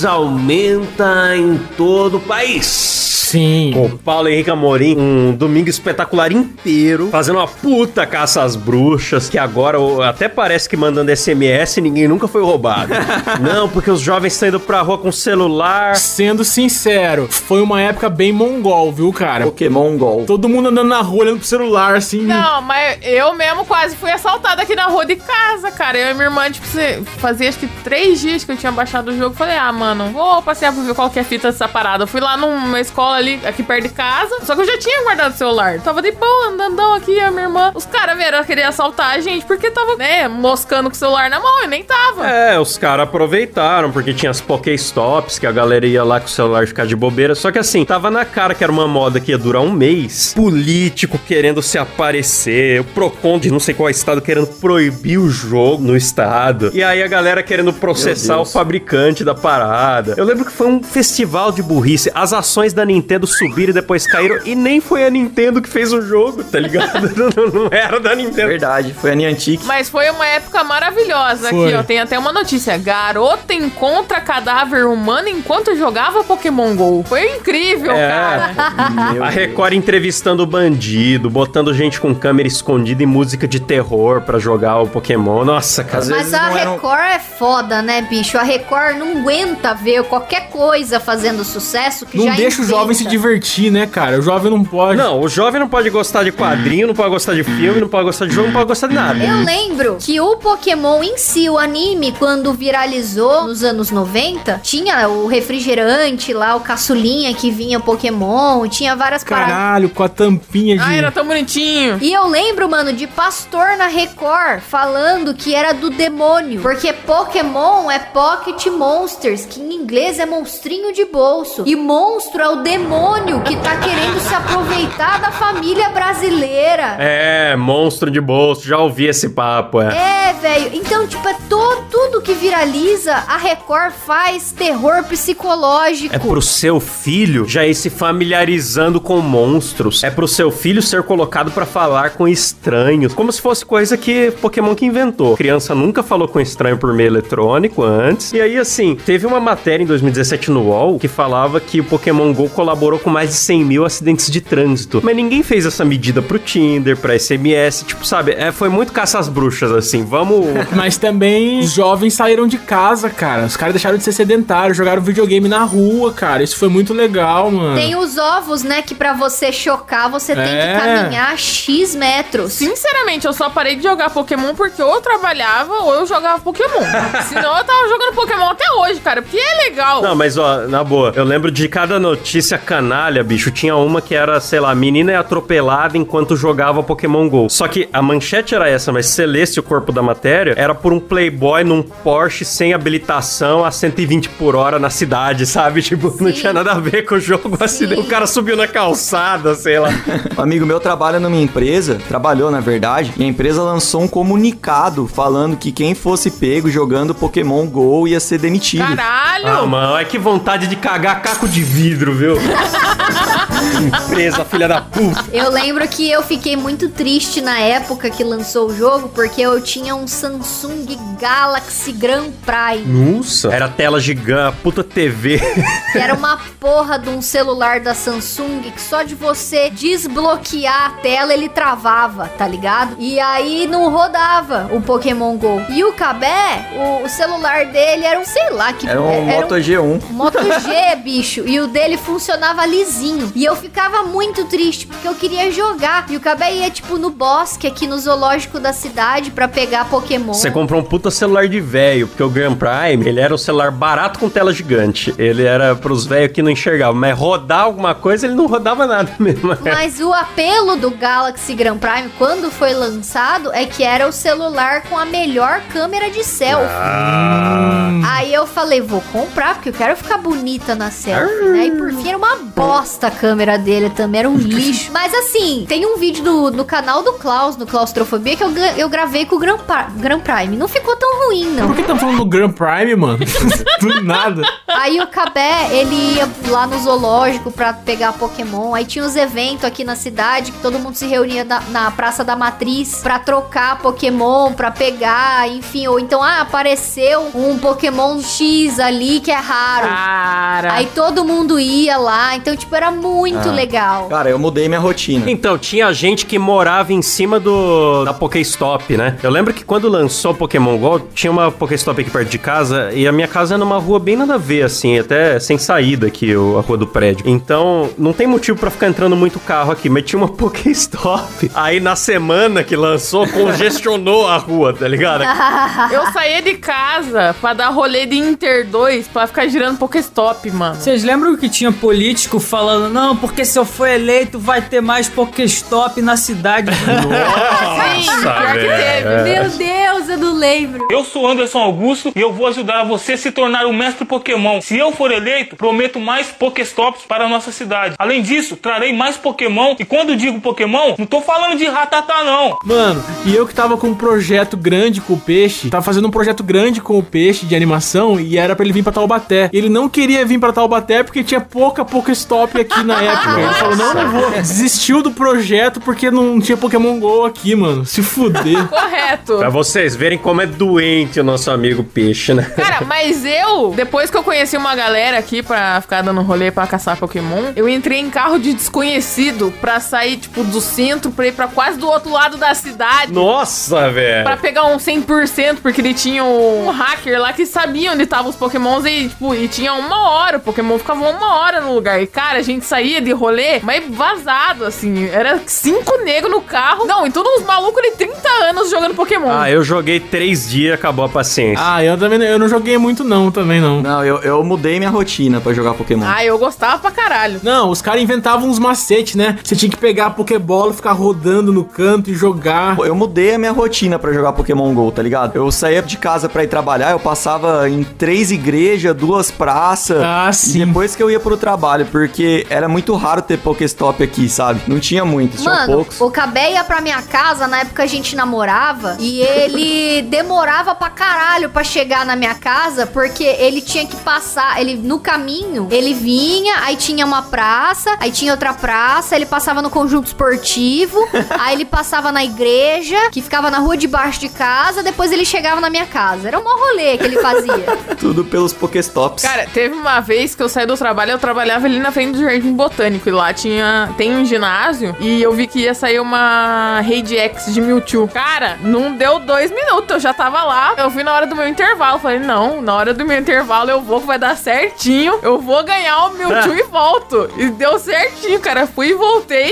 H: aumenta em todo o país.
B: Sim.
H: Com o Paulo Henrique Amorim, um domingo espetacular inteiro, fazendo uma puta caça às bruxas, que agora o- até parece que mandando SMS ninguém nunca foi roubado. Não, porque os jovens estão indo pra rua com celular.
B: Sendo sincero, foi uma época bem mongol, viu, cara?
F: Pokémon Gol.
B: Todo mundo andando na rua olhando pro celular, assim.
D: Não, mas eu mesmo quase fui assaltada aqui na rua de casa, cara. Eu e minha irmã, tipo, você- fazia acho que três dias que eu tinha baixado o jogo. Falei, ah, mano, vou passear pra ver qual que é a fita dessa parada. Eu fui lá numa escola ali, aqui perto de casa. Só que eu já tinha guardado o celular. Tava de boa, andandão aqui, a minha irmã. Os caras vieram querer assaltar a gente porque tava, né, moscando com o celular na mão. Eu nem tava.
H: É, os caras aproveitaram, porque tinha as Pokéstops, que a galera ia lá com o celular ficar de bobeira. Só que assim, tava na cara que era uma moda que ia durar um mês. Político querendo se aparecer, o Procon de não sei qual estado querendo proibir o jogo no estado. E aí a galera querendo processar
F: Meu
H: o
F: Deus.
H: fabricante da parada. Eu lembro que foi um festival de burrice. As ações da Nintendo subiram e depois caíram. E nem foi a Nintendo que fez o jogo, tá ligado? <laughs> não, não era da Nintendo.
F: Verdade, foi
D: <laughs>
F: a Niantic.
D: Mas foi uma época maravilhosa
B: Foi.
D: aqui, ó. Tem até uma notícia. Garota encontra cadáver humano enquanto jogava Pokémon GO. Foi incrível,
H: É.
D: cara.
F: Meu
H: A
F: Deus.
H: Record entrevistando bandido, botando gente com câmera escondida e música de terror pra jogar o Pokémon. Nossa,
F: Às
H: cara.
F: vezes
C: Mas a
F: não era um-
C: Record é foda, né, bicho? A Record não aguenta ver qualquer coisa fazendo sucesso que já
B: Não deixa o
C: inventa.
B: jovem se divertir, né, cara? O jovem não pode.
H: Não, o jovem não pode gostar de quadrinho, não pode gostar de filme, não pode gostar de jogo, não pode gostar de nada.
C: Eu lembro que o Pokémon em si, o anime, quando viralizou nos anos 90, tinha o refrigerante lá, o caçulinha que vinha Pokémon, tinha várias paradas.
B: Caralho, com a tampinha de.
D: Ah, era tão bonitinho.
C: E eu lembro, mano, de pastor na Record falando que era do demônio. Porque Pokémon é Pocket Monsters, que em inglês é monstrinho de bolso. E monstro é o demônio que tá querendo se aproveitar da família brasileira.
H: É, monstro de bolso, já ouvi esse papo, é.
C: É, velho, velho. Então, tipo, é to, tudo que viraliza, a Record faz terror psicológico.
H: É pro seu filho já ir se familiarizando com monstros. É pro seu filho ser colocado pra falar com estranhos. Como se fosse coisa que Pokémon que inventou. Criança nunca falou com estranho por meio eletrônico antes. E aí, assim, teve uma matéria em 2017 no UOL que falava que o Pokémon GO colaborou com mais de 100 mil acidentes de trânsito. Mas ninguém fez essa medida pro Tinder, pra SMS. Tipo, sabe? É, foi muito caça às bruxas, assim. Vamos...
B: Mas também os jovens saíram de casa, cara. Os caras deixaram de ser sedentários, jogaram videogame na rua, cara. Isso foi muito legal, mano.
C: Tem os ovos, né? Que pra você chocar, você tem
B: É.
C: que caminhar X metros.
D: Sinceramente, eu só parei de jogar Pokémon porque ou eu trabalhava ou eu jogava
H: <laughs>
D: Pokémon. Senão eu tava jogando Pokémon até hoje, cara, porque é legal.
H: Não, mas ó, na boa, eu lembro de cada notícia canalha, bicho. Tinha uma que era, sei lá, menina é atropelada enquanto jogava Pokémon GO. Só que a manchete era essa, mas se você lesse o corpo da matéria, era por um playboy num Porsche sem habilitação a 120 por hora na cidade, sabe? <laughs> Tipo, não
C: Sim.
H: tinha nada a ver com o jogo, o acidente. O cara subiu na calçada, sei lá.
F: <laughs> Um amigo meu trabalha numa empresa, trabalhou na verdade, e a empresa lançou um comunicado falando que quem fosse pego jogando Pokémon GO ia ser demitido.
D: Caralho!
H: Ah, mano, é que vontade de cagar caco de vidro, viu? Empresa, filha da puta.
C: Eu lembro que eu fiquei muito triste na época que lançou o jogo, porque eu tinha um Samsung Galaxy Grand Prix,
H: Nossa. Era tela gigante, puta TV.
C: que era uma porra de um celular da Samsung que só de você desbloquear a tela ele travava, tá ligado? E aí não rodava o Pokémon GO. E o Cabé, o, o celular dele era um, sei lá, que
F: Era um Moto G1.
C: Moto G, bicho. E o dele funcionava lisinho. E eu ficava muito triste, porque eu queria jogar. E o Cabé ia, tipo, no bosque, aqui no zoológico da cidade, pra pegar Pokémon.
H: Você comprou um puta celular de velho, porque o Grand Prime, ele era um celular barato com tela gigante. Ele era pros velhos que não enxergavam, mas rodar alguma coisa, ele não rodava nada <laughs> mesmo.
C: Mas o apelo do Galaxy Grand Prime, quando foi lançado, é que era o celular com a melhor câmera de selfie. Aí eu falei, vou comprar, porque eu quero ficar bonita na selfie, né? E por fim era uma bosta a câmera dele também, era um lixo. Mas assim, tem um vídeo do, no canal do Klaus, no Claustrofobia, que eu, gra- eu gravei com o Grand, Pa- Grand Prime. Não ficou tão ruim, não.
B: Por que estamos falando do Grand Prime, mano? <laughs> Do nada.
C: Aí o Cabé, ele ia lá no zoológico pra pegar Pokémon. Aí tinha uns eventos aqui na cidade que todo mundo se reunia na, na Praça da Matriz pra trocar Pokémon, pra pegar, enfim. Ou então, ah, apareceu um Pokémon X ali que é raro.
D: Cara.
C: Aí todo mundo ia lá. Então, tipo, era muito legal.
F: Cara, eu mudei minha rotina.
H: Então, tinha gente que morava em cima do da Pokéstop, né? Eu lembro que quando lançou Pokémon GO, tinha uma Pokéstop aqui perto de casa, e a minha casa é numa rua bem nada a ver, assim, até sem saída aqui, o- a rua do prédio. Então, não tem motivo pra ficar entrando muito carro aqui, mas tinha uma <laughs> Pokéstop. Aí, na semana que lançou, congestionou a rua, tá ligado?
D: Eu saía de casa pra dar rolê de Inter 2 pra ficar girando Pokéstop, mano.
I: Vocês lembram que tinha político falando, não, porque se eu for eleito vai ter mais Pokéstop na cidade?
D: Sim, pior que
H: velho. É.
D: teve.
C: Meu Deus, eu não lembro.
J: Eu sou Anderson Augusto e eu vou ajudar você a se tornar o mestre Pokémon. Se eu for eleito, prometo mais Pokéstops para a nossa cidade. Além disso, trarei mais Pokémon. E quando digo Pokémon, não tô falando de ratatá, não.
B: Mano, e eu que tava com um projeto grande com o peixe, tava fazendo um projeto grande com o peixe de animação e era pra ele vir pra Taubaté. Ele não queria vir pra Taubaté porque tinha pouca Pokéstop aqui na época. Ele falou: não, não vou. Desistiu do projeto porque não tinha Pokémon GO aqui, mano. Se
D: <laughs>
B: fuder.
D: Correto.
H: Pra vocês verem como é doente o nosso amigo peixe, né? <laughs>
D: Cara, mas eu, depois que eu conheci uma galera aqui pra ficar dando rolê pra caçar Pokémon, eu entrei em carro de desconhecido pra sair, tipo, do centro pra ir pra quase do outro lado da cidade.
H: Nossa,
D: Pra
H: velho.
D: pegar um 100%, porque ele tinha um um hacker lá que sabia onde estavam os pokémons e, tipo, e tinha uma hora. O pokémon ficava uma hora no lugar. E, cara, a gente saía de rolê, mas vazado, assim. Era cinco negros no carro. Não, e todos uns malucos de 30 anos jogando pokémon.
H: Ah, eu joguei três dias, acabou a paciência.
B: ah, eu também não- eu não joguei muito, não, também não.
F: Não, eu, eu mudei minha rotina pra jogar Pokémon.
D: Ah, eu gostava pra caralho.
B: Não, os caras inventavam uns macetes, né? Você tinha que pegar a Pokébola, ficar rodando no canto e jogar.
F: Pô, Eu mudei a minha rotina pra jogar Pokémon GO, tá ligado? Eu saía de casa pra ir trabalhar, eu passava em três igrejas, duas praças.
B: Ah, sim.
F: E depois que eu ia pro trabalho, porque era muito raro ter Pokéstop aqui, sabe? Não tinha muitos, tinha
C: Mano,
F: poucos.
C: o Cabé ia pra minha casa, na época a gente namorava, e ele ele <laughs> demorava pra caralho pra chegar na minha casa, porque ele tinha que passar, ele no caminho, ele vinha, aí tinha uma praça, aí tinha outra praça, ele passava no conjunto esportivo, aí ele passava na igreja, que ficava na rua debaixo de casa, depois ele chegava na minha casa. Era um maior rolê que ele fazia.
F: <laughs> Tudo pelos Pokéstops.
D: Cara, teve uma vez que eu saí do trabalho, eu trabalhava ali na frente do Jardim Botânico e lá tinha tem um ginásio e eu vi que ia sair uma Rede X de Mewtwo. Cara, não deu dois minutos, eu já tava lá. Eu fui na hora do meu intervalo, falei, não, na hora do meu intervalo eu vou, que vai dar certinho, eu vou ganhar o Mewtwo e volto. E deu certinho, cara, fui e voltei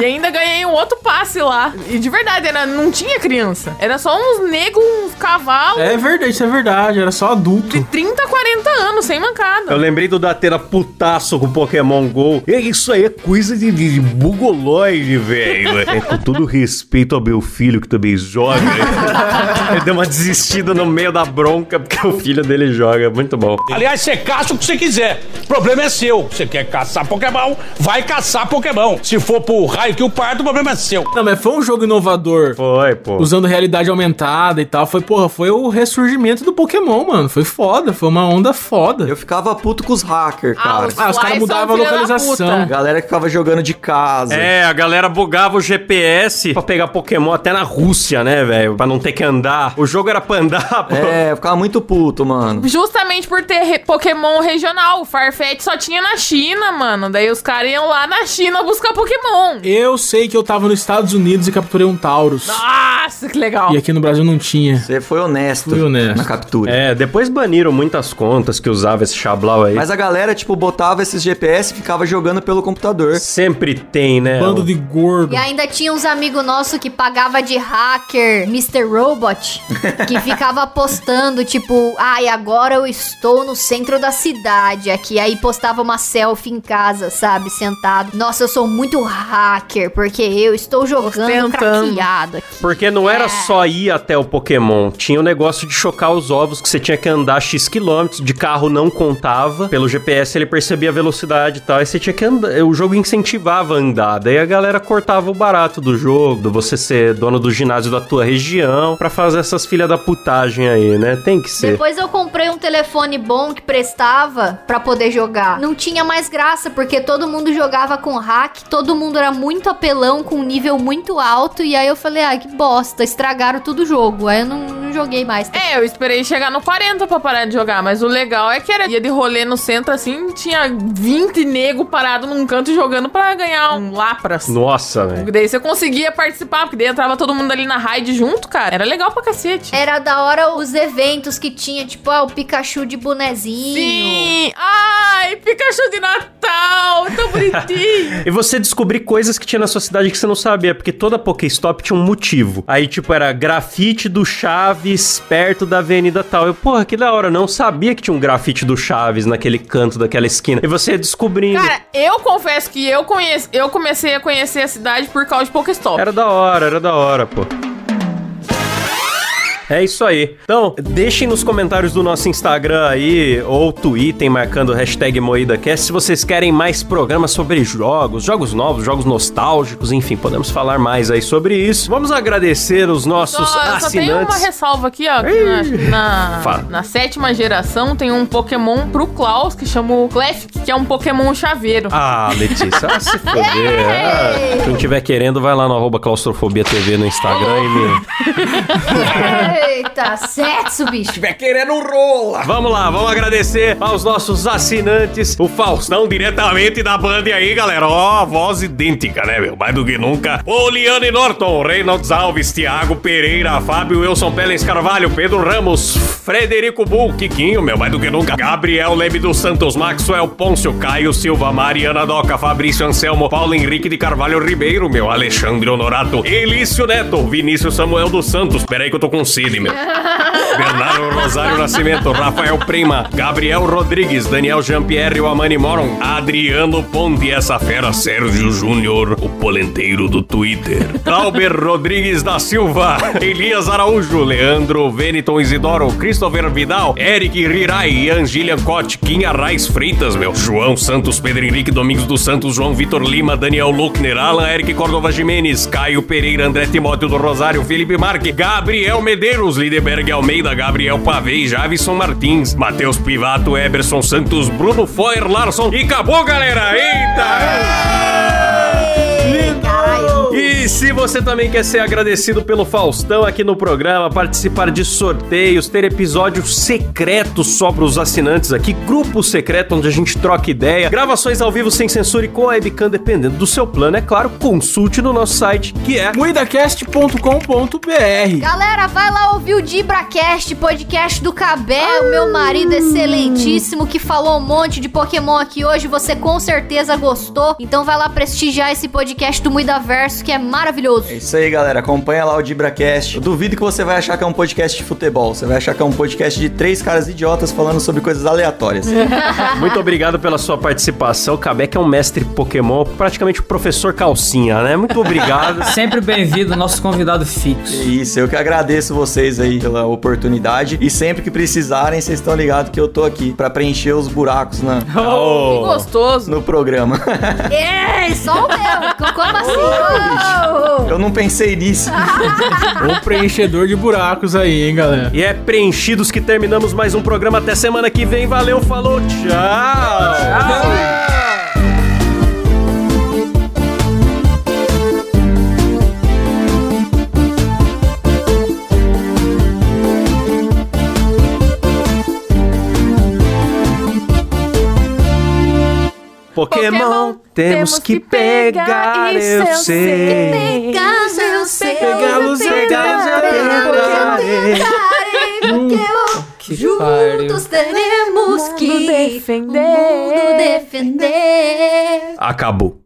D: e ainda ganhei um outro passe lá. E de verdade, era, não tinha criança, era só uns negros, uns cavalos.
B: É verdade, isso é verdade. Era só
D: De
B: adulto.
D: 30, 40 anos, sem mancada.
H: Ah, Eu lembrei do Datena putaço com Pokémon GO. E Isso aí é coisa de, de bugoloide, velho. <laughs> É com todo respeito ao meu filho que também joga. né? <laughs> Ele deu uma desistida no meio da bronca porque o filho dele joga. Muito bom.
E: Aliás, você caça o que você quiser. O problema é seu. Você quer caçar Pokémon, vai caçar Pokémon. Se for pro raio que o parto, o problema é seu.
B: Não, mas foi um jogo inovador.
H: Foi, pô.
B: Usando realidade aumentada e tal. Foi, porra, foi o ressurgimento do Pokémon, mano. Foi foda, foi uma onda foda.
F: Eu ficava puto com os hackers, cara.
B: Ah, os caras
D: Flies
B: mudavam a
D: são filha da
B: localização.
D: puta.
F: Galera que ficava jogando de casa.
H: É, a galera bugava o GPS pra pegar Pokémon até na Rússia, né, velho? Pra não ter que andar. O jogo era pra andar, pô.
F: É, eu ficava muito puto, mano.
D: Justamente por ter re- Pokémon regional. O Farfetch só tinha na China, mano. Daí os caras iam lá na China buscar Pokémon.
B: Eu sei que eu tava nos Estados Unidos e capturei um Taurus.
D: Nossa, que legal.
B: E aqui no Brasil não tinha.
F: Você foi honesto,
B: Fui honesto.
F: na captura.
H: É, depois baniram muitas contas que usava esse Xablau aí.
F: Mas a galera, tipo, botava esses GPS e ficava jogando pelo computador.
H: Sempre tem, né?
B: Bando de gordo.
C: E ainda tinha uns amigos nossos que pagava de hacker, Mr. Robot, que ficava postando, tipo, ai, agora eu estou no centro da cidade aqui. Aí postava uma selfie em casa, sabe, sentado. Nossa, eu sou muito hacker, porque eu estou jogando
D: Ostentando.
C: craqueado aqui.
H: Porque não era só ir até o Pokémon, tinha o negócio de chocar os ovos que você tinha que andar X quilômetros, de carro não contava, pelo GPS ele percebia a velocidade e tal, e você tinha que andar, o jogo incentivava a andar, daí a galera cortava o barato do jogo, do você ser dono do ginásio da tua região, pra fazer essas filhas da putagem aí, né? Tem que ser.
C: Depois eu comprei um telefone bom que prestava pra poder jogar. Não tinha mais graça, porque todo mundo jogava com hack, todo mundo era muito apelão, com um nível muito alto. E aí eu falei, ah, que bosta, estragaram todo o jogo. Aí eu não, não joguei mais.
D: É, eu esperei chegar no 40 pra parar de jogar, mas o legal é que era ia de rolê no centro assim, tinha 20 nego parado num canto jogando pra ganhar um Lapras.
H: Nossa, né? velho.
D: Daí você conseguia participar, porque daí entrava todo mundo ali na raid junto, cara. Era legal pra cacete.
C: Era da hora os eventos que tinha, tipo, ah, o Pikachu de bonezinho.
D: Sim! Ai, Pikachu de Natal! Tão bonitinho!
H: E você descobrir coisas que tinha na sua cidade que você não sabia, porque toda Pokéstop tinha um motivo. Aí, tipo, era grafite do Chaves perto da avenida tal. Eu, porra, que da hora, não sabia que tinha um grafite do Chaves naquele canto daquela esquina. E você ia descobrindo.
D: Cara, eu confesso que eu, conhece, eu comecei a conhecer a cidade por causa de Pokéstop.
H: Era da hora, era da hora, pô. É isso aí. Então, deixem nos comentários do nosso Instagram aí, ou Twitter, marcando o hashtag MoídaCast, se vocês querem mais programas sobre jogos, jogos novos, jogos nostálgicos, enfim, podemos falar mais aí sobre isso. Vamos agradecer os nossos
D: Só, só tem uma
H: assinantes.
D: ressalva aqui, ó. que na, na,
H: Fala.
D: na sétima geração tem um Pokémon pro Klaus que chama o Clefk, que é um Pokémon chaveiro.
H: Ah, Letícia, ah, se foder. Ah, quem tiver querendo, vai lá no arroba claustrofobia TV no Instagram e me...
C: Eita, sexo, bicho.
H: Vamos lá, vamos agradecer aos nossos assinantes, o Faustão diretamente da Band aí, galera. Ó, voz idêntica, né, meu? Mais do que nunca. O Liane Norton, Reynolds Alves, Thiago Pereira, Fábio Wilson Pellens Carvalho, Pedro Ramos, Frederico Bull, Quiquinho, meu, mais do que nunca. Gabriel Leme dos Santos, Maxwell Pôncio, Caio Silva, Mariana Doca, Fabrício Anselmo, Paulo Henrique de Carvalho Ribeiro, meu, Alexandre Honorato, Elício Neto, Vinícius Samuel dos Santos. Peraí que eu tô com sede, meu. Bernardo Rosário Nascimento, Rafael Prima, Gabriel Rodrigues, Daniel Jean-Pierre, o Amani Moron, Adriano Ponte, essa fera, Sérgio Júnior, o polenteiro do Twitter, Clauber Rodrigues da Silva, Elias Araújo, Leandro Veniton Isidoro, Christopher Vidal, Eric Rirai, Angília Cote, Quinha Raiz Freitas, meu, João Santos, Pedro Henrique Domingos dos Santos, João Vitor Lima, Daniel Luckner, Alan Eric Cordova Jimenez, Caio Pereira, André Timóteo do Rosário, Felipe Marque, Gabriel Medeiros,
K: Medeiros, Lideberg Almeida, Gabriel Pavei, Javison Martins, Matheus Pivato, Eberson Santos, Bruno Foyer, Larson. E acabou, galera! Eita! E se você também quer ser agradecido pelo Faustão aqui no programa, participar de sorteios, ter episódio secreto só para os assinantes aqui, grupo secreto onde a gente troca ideia, gravações ao vivo sem censura e com a webcam dependendo do seu plano, é claro, consulte no nosso site que é
C: <laughs>
B: Muidacast.com.br.
C: Galera, vai lá ouvir o DibraCast, podcast do Cabé, o meu marido excelentíssimo que falou um monte de Pokémon aqui hoje, você com certeza gostou. Então vai lá prestigiar esse podcast do Muidaverso que é maravilhoso.
F: É isso aí, galera. Acompanha lá o DibraCast. Eu duvido que você vai achar que é um podcast de futebol. Você vai achar que é um podcast de três caras idiotas falando sobre coisas aleatórias.
B: É.
H: Muito obrigado pela sua participação. Kabeck é um mestre Pokémon, praticamente o professor calcinha, né? Muito obrigado.
I: Sempre bem-vindo, nosso convidado fixo.
F: É isso, eu que agradeço vocês aí pela oportunidade. E sempre que precisarem, vocês estão ligados que eu tô aqui pra preencher os buracos na,
D: Que gostoso.
F: no programa. <laughs>
C: É, só o meu. Co- Como assim?
F: Eu não pensei nisso.
B: O preenchedor de buracos aí, hein, galera.
H: E é preenchidos que terminamos mais um programa. Até semana que vem. Valeu, falou, tchau. Pokémon,
D: Pokémon,
H: temos que pegar, eu sei.
C: Caso eu sei,
H: Pegá-los, pegá-los, eu pegarei.
I: Que pariu.
C: juntos teremos que
D: defender.
C: o mundo defender.
H: Acabou.